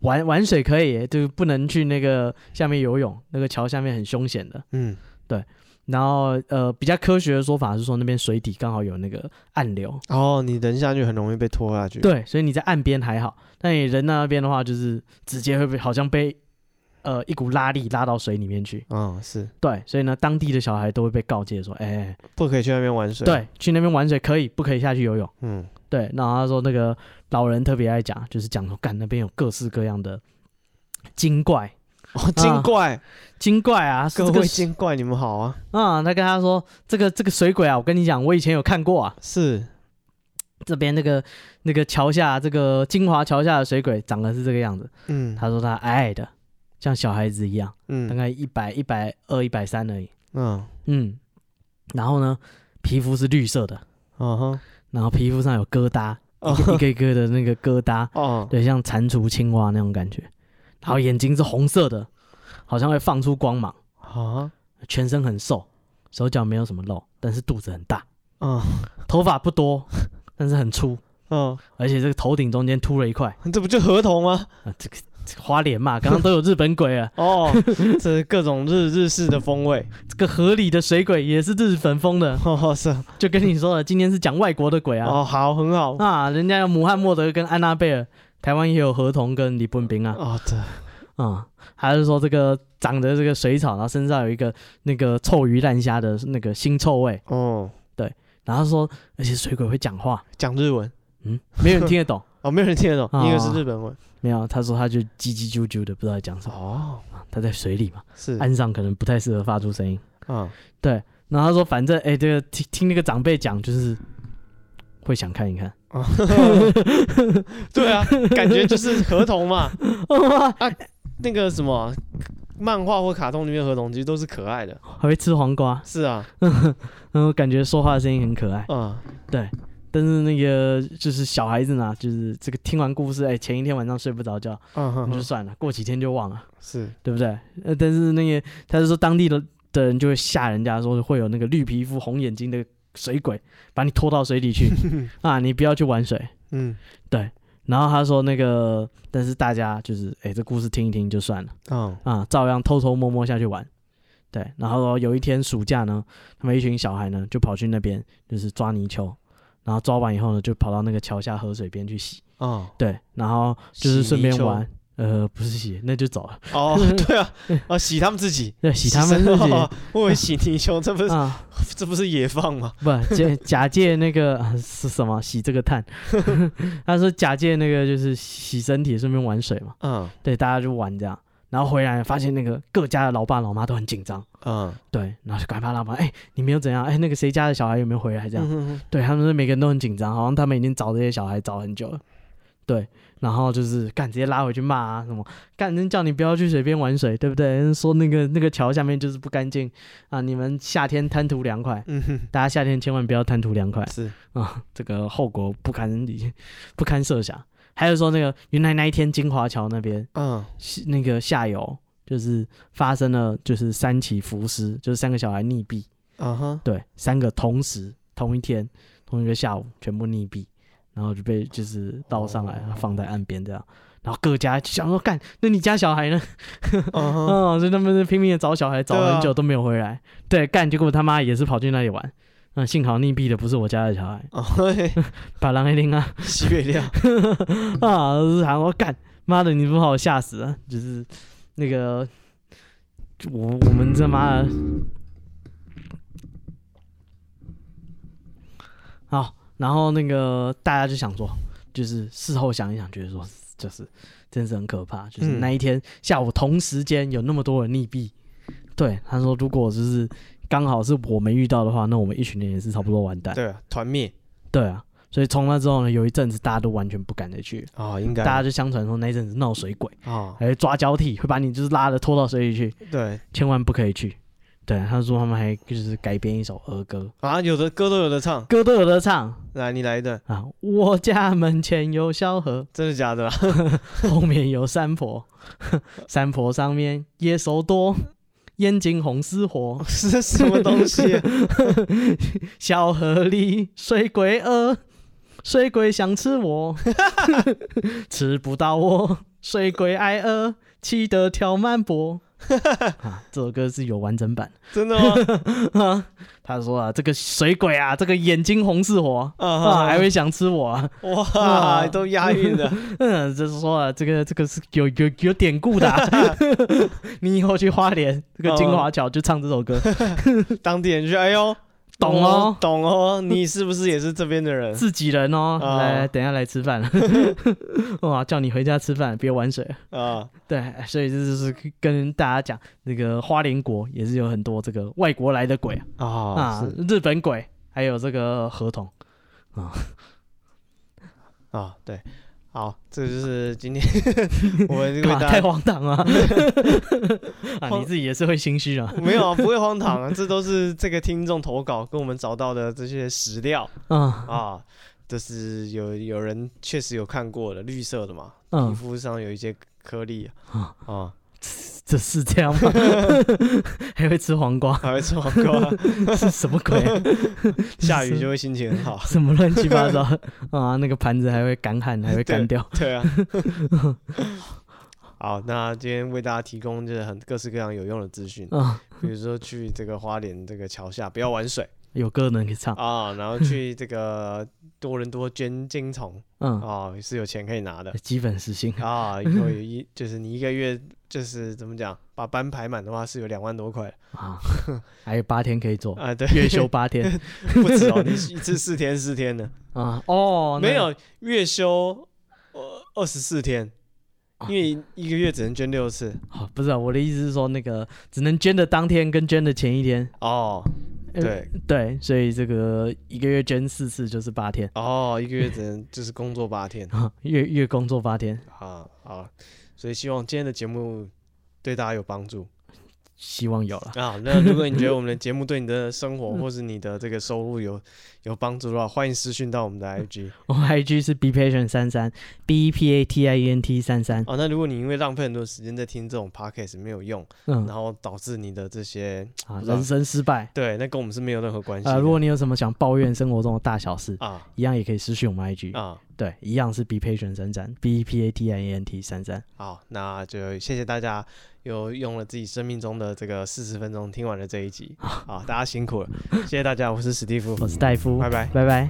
S2: 玩玩水可以，就是不能去那个下面游泳，那个桥下面很凶险的。
S1: 嗯，
S2: 然后呃，比较科学的说法是说那边水底刚好有那个暗流，
S1: 哦，你人下去很容易被拖下去。，
S2: 对，所以你在岸边还好，但你人到那边的话，就是直接会被好像被呃一股拉力拉到水里面去。
S1: 嗯，是
S2: 对，所以呢，当地的小孩都会被告诫说，哎、
S1: 不可以去那边玩水。，
S2: 对，去那边玩水可以，不可以下去游泳。
S1: 嗯，
S2: 对，然后他说那个老人特别爱讲，就是讲说，干那边有各式各样的精怪，
S1: 哦，精怪，
S2: 精怪啊，
S1: 各
S2: 这个
S1: 位精怪，你们好啊，
S2: 啊、他跟他说这个这个水鬼啊，我跟你讲，我以前有看过啊，
S1: 是
S2: 这边那个那个桥下这个金华桥下的水鬼长得是这个样子。
S1: 嗯
S2: 他说他矮矮的，像小孩子一样，大
S1: 嗯
S2: 概一百一百二一百三而已。
S1: 嗯
S2: 嗯，然后呢，皮肤是绿色的，
S1: 嗯哼
S2: 然后皮肤上有疙瘩，
S1: 哦
S2: 一个一个的那个疙瘩，
S1: 哦
S2: 对，像蟾蜍、青蛙那种感觉。然后眼睛是红色的，好像会放出光芒，
S1: 啊
S2: 全身很瘦，手脚没有什么肉，但是肚子很大，
S1: 嗯
S2: 头发不多，但是很粗，
S1: 嗯，
S2: 而且这个头顶中间秃了一块。
S1: 这不就合同吗？
S2: 啊，这个这个花 莲嘛，刚刚都有日本鬼啊了，
S1: 哦，这是各种日日式的风味。
S2: 这个河里的水鬼也是日本风的，
S1: 哦，是
S2: 就跟你说了，今天是讲外国的鬼啊，
S1: 哦，好，很好。
S2: 啊，人家有穆罕默德跟安娜贝尔，台湾也有河童跟李本兵啊，
S1: 哦，对，
S2: 啊、还是说这个长着这个水草，然后身上有一个那个臭鱼烂虾的那个腥臭味，
S1: 哦，
S2: 然后说，而且水鬼会 讲话，
S1: 讲日文
S2: 嗯，没有人听得懂，
S1: 哦，没有人听得懂，
S2: 哦
S1: 因为是日本文。
S2: 没有，他说他就叽叽啾啾的，不知道在讲什么，
S1: 哦，
S2: 他在水里嘛，
S1: 是
S2: 岸上可能不太适合发出声音。
S1: 啊，
S2: 然后他说，反正哎、这个听听那个长辈讲，就是会想看一看。
S1: 啊 对啊，感觉就是合同嘛。那个什么漫画或卡通里面的合同其实都是可爱 的。
S2: 还会吃黄瓜，
S1: 是啊，
S2: 然后感觉说话的声音很可爱。
S1: 嗯
S2: 但是那个就是小孩子呢，就是这个听完故事，哎，前一天晚上睡不着觉，
S1: 嗯
S2: 那就
S1: 哼，
S2: 算了，过几天就忘了，
S1: 是
S2: 对不对？呃，但是那个他是说当地的的人就会吓人家，说会有那个绿皮肤、红眼睛的水鬼把你拖到水 里去啊，你不要去玩水。
S1: 嗯
S2: 然后他说那个，但是大家就是哎，这故事听一听就算了。
S1: 嗯
S2: 啊，照样偷偷摸摸下去玩。对，然后有一天暑假呢，他们一群小孩呢就跑去那边，就是抓泥鳅，然后抓完以后呢，就跑到那个桥下河水边去洗。
S1: 哦
S2: 对，然后就是
S1: 洗
S2: 顺便
S1: 泥鳅
S2: 玩，呃，不是洗，那就 走了。
S1: 哦，对啊，啊洗他们自己，
S2: 对，洗他们
S1: 身哦
S2: 自己
S1: 我以为洗泥鳅，这不是
S2: 啊，
S1: 这不是野放吗？
S2: 不假假借那个、 啊是什么洗这个碳， 他说假借那个就是洗身体，顺便玩水嘛。
S1: 嗯
S2: 对，大家就玩这样，然后回来发现那个各家的老爸老妈都很紧张。
S1: 嗯，
S2: 对，然后就赶快拉帮，哎、你没有怎样？哎、那个谁家的小孩有没有回来？这样，
S1: 嗯
S2: 对他们是每个人都很紧张，好像他们已经找这些小孩找很久了。对，然后就是干直接拉回去骂啊什么，干人叫你不要去水边玩水，对不对？说那个那个桥下面就是不干净啊，你们夏天贪图凉快，
S1: 嗯哼，
S2: 大家夏天千万不要贪图凉快
S1: 是
S2: 啊，这个后果不堪理不堪设想。还有说那个原来那一天金华桥那边
S1: 嗯
S2: 西那个下游就是发生了就是三起浮尸，就是三个小孩溺毙，
S1: 啊哈，
S2: 对，三个同时同一天同一个下午全部溺毙，然后就被就是捞上来
S1: 哦
S2: 放在岸边这样。然后各家想说干，那你家小孩呢？
S1: 嗯哼，
S2: 哦，所以他们就拼命的找小孩，找了很
S1: 对
S2: 久
S1: 啊
S2: 都没有回来。对，干，结果他妈也是跑去那里玩。嗯，幸好溺毙的不是我家的小孩，
S1: 哦嘿，
S2: 把狼黑拎啊。
S1: 洗月亮，
S2: 啊，然后干，妈的，你不把我吓死啊！就是那个，就我我们这妈的，好，然后那个大家就想说，就是事后想一想，觉得说就是真是很可怕，就是
S1: 嗯
S2: 那一天下午同时间有那么多人溺毙，对，他说如果就是刚好是我没遇到的话，那我们一群人也是差不多完蛋，
S1: 对啊，团灭
S2: 对啊。所以从那之后呢，有一阵子大家都完全不敢再去了，
S1: 啊，应该
S2: 大家就相传说那一阵子闹水鬼，
S1: 啊，
S2: 还会抓交替，会把你就是拉着拖到水里去，
S1: 对
S2: 千万不可以去。对，啊他说他们还就是改编一首儿歌，
S1: 啊，有的歌都有的唱，
S2: 歌都有得唱
S1: 来你来一段，
S2: 啊。我家门前有小河，
S1: 真的假的 啊？
S2: 后面有山 坡，山坡上面野兽多，眼睛红似火。
S1: 是什么东西啊？
S2: 小河里水鬼饿，水鬼想吃我， 吃不到我，水鬼挨饿，气得跳慢波。 啊，这首歌是有完整版
S1: 真的吗？
S2: 的。他说啊，这个水鬼啊，这个眼睛红似火啊，
S1: 啊
S2: 还会想吃我啊。
S1: 哇，
S2: 啊
S1: 都押韵的，
S2: 嗯，就是说啊，这个这个是有有有典故 的、啊，你以后去花莲这个金华桥就唱这首歌，
S1: 啊当地人就哎呦，
S2: 懂哦
S1: 哦，懂哦，你是不是也是这边的 人？
S2: 自己人哦。
S1: 啊
S2: 来，等一下来吃 饭，哇，叫你回家吃饭，别玩水。
S1: 啊，
S2: 对，所以这就是跟大家讲，那个花莲国也是有很多这个外国来的鬼啊，
S1: 啊是
S2: 日本鬼，还有这个合同。
S1: 啊，对，好，这就是今天我们为
S2: 干嘛
S1: 大
S2: 太
S1: 家
S2: 荒 唐了啊！
S1: 荒
S2: 你自己也是会心虚啊，
S1: 没有啊，不会荒唐啊，这都是这个听众投稿跟我们找到的这些史料
S2: 嗯
S1: 啊，这是有有人确实有看过的，绿色的嘛，皮
S2: 嗯，
S1: 肤上有一些颗粒
S2: 啊
S1: 啊，啊
S2: 这是 这样吗？还会吃黄瓜，
S1: 还会吃黄 瓜，
S2: 是什么鬼？，
S1: 下雨就会心情很好
S2: 什么乱七八 糟啊！那个盘子还会干旱，还会干掉。
S1: 对啊。好，那今天为大家提供就是很各式各样有用的资讯，
S2: 嗯，
S1: 比如说去这个花莲这个桥下不要玩水
S2: 有歌能给唱。
S1: 啊，然后去这个多伦多捐精虫
S2: 嗯，
S1: 啊，是有钱可以拿的
S2: 基本实行。
S1: 啊，如果有一就是你一个月就是怎么讲，把班排满的话是有两万多块的
S2: 啊，还有八天可以做，
S1: 啊，对，
S2: 月休八天
S1: 不止哦，你一次四天四天的，
S2: 啊。哦，那
S1: 没有月休呃二十四天，
S2: 啊
S1: 因为一个月只能捐六次
S2: 好，不是啊，我的意思是说，那个只能捐的当天跟捐的前一天。
S1: 哦，
S2: 呃
S1: 对
S2: 对，所以这个一个月捐四次就是八天
S1: 哦，一个月只能就是工作八天
S2: 啊，月月工作八天，
S1: 啊，好，所以希望今天的节目对大家有帮助。
S2: 希望有了。
S1: 啊，那如果你觉得我们的节目对你的生
S2: 嗯
S1: 活或是你的这个收入有有帮助的话，欢迎私讯到我们的 IG。
S2: 我 IG 是 b patient 三三 b e p a t i e n t 三三。
S1: 哦，那如果你因为浪费很多时间在听这种 podcast 没有用，
S2: 嗯
S1: 然，后导致你的这些
S2: 啊，
S1: 不知道
S2: 人生失败。
S1: 对，那跟我们是没有任何关系的。
S2: 啊，如果你有什么想抱怨生活中的大小事，
S1: 啊
S2: 一样也可以私讯我们 IG，、
S1: 啊，
S2: 对，一样是 B patient 三三 B E P A T I E N T 三三，
S1: 好，那就谢谢大家有用了自己生命中的这个四十分钟听完了这一集啊，大家辛苦了，谢谢大家，我是史蒂夫，
S2: 我是戴夫，
S1: 拜拜。
S2: 拜拜。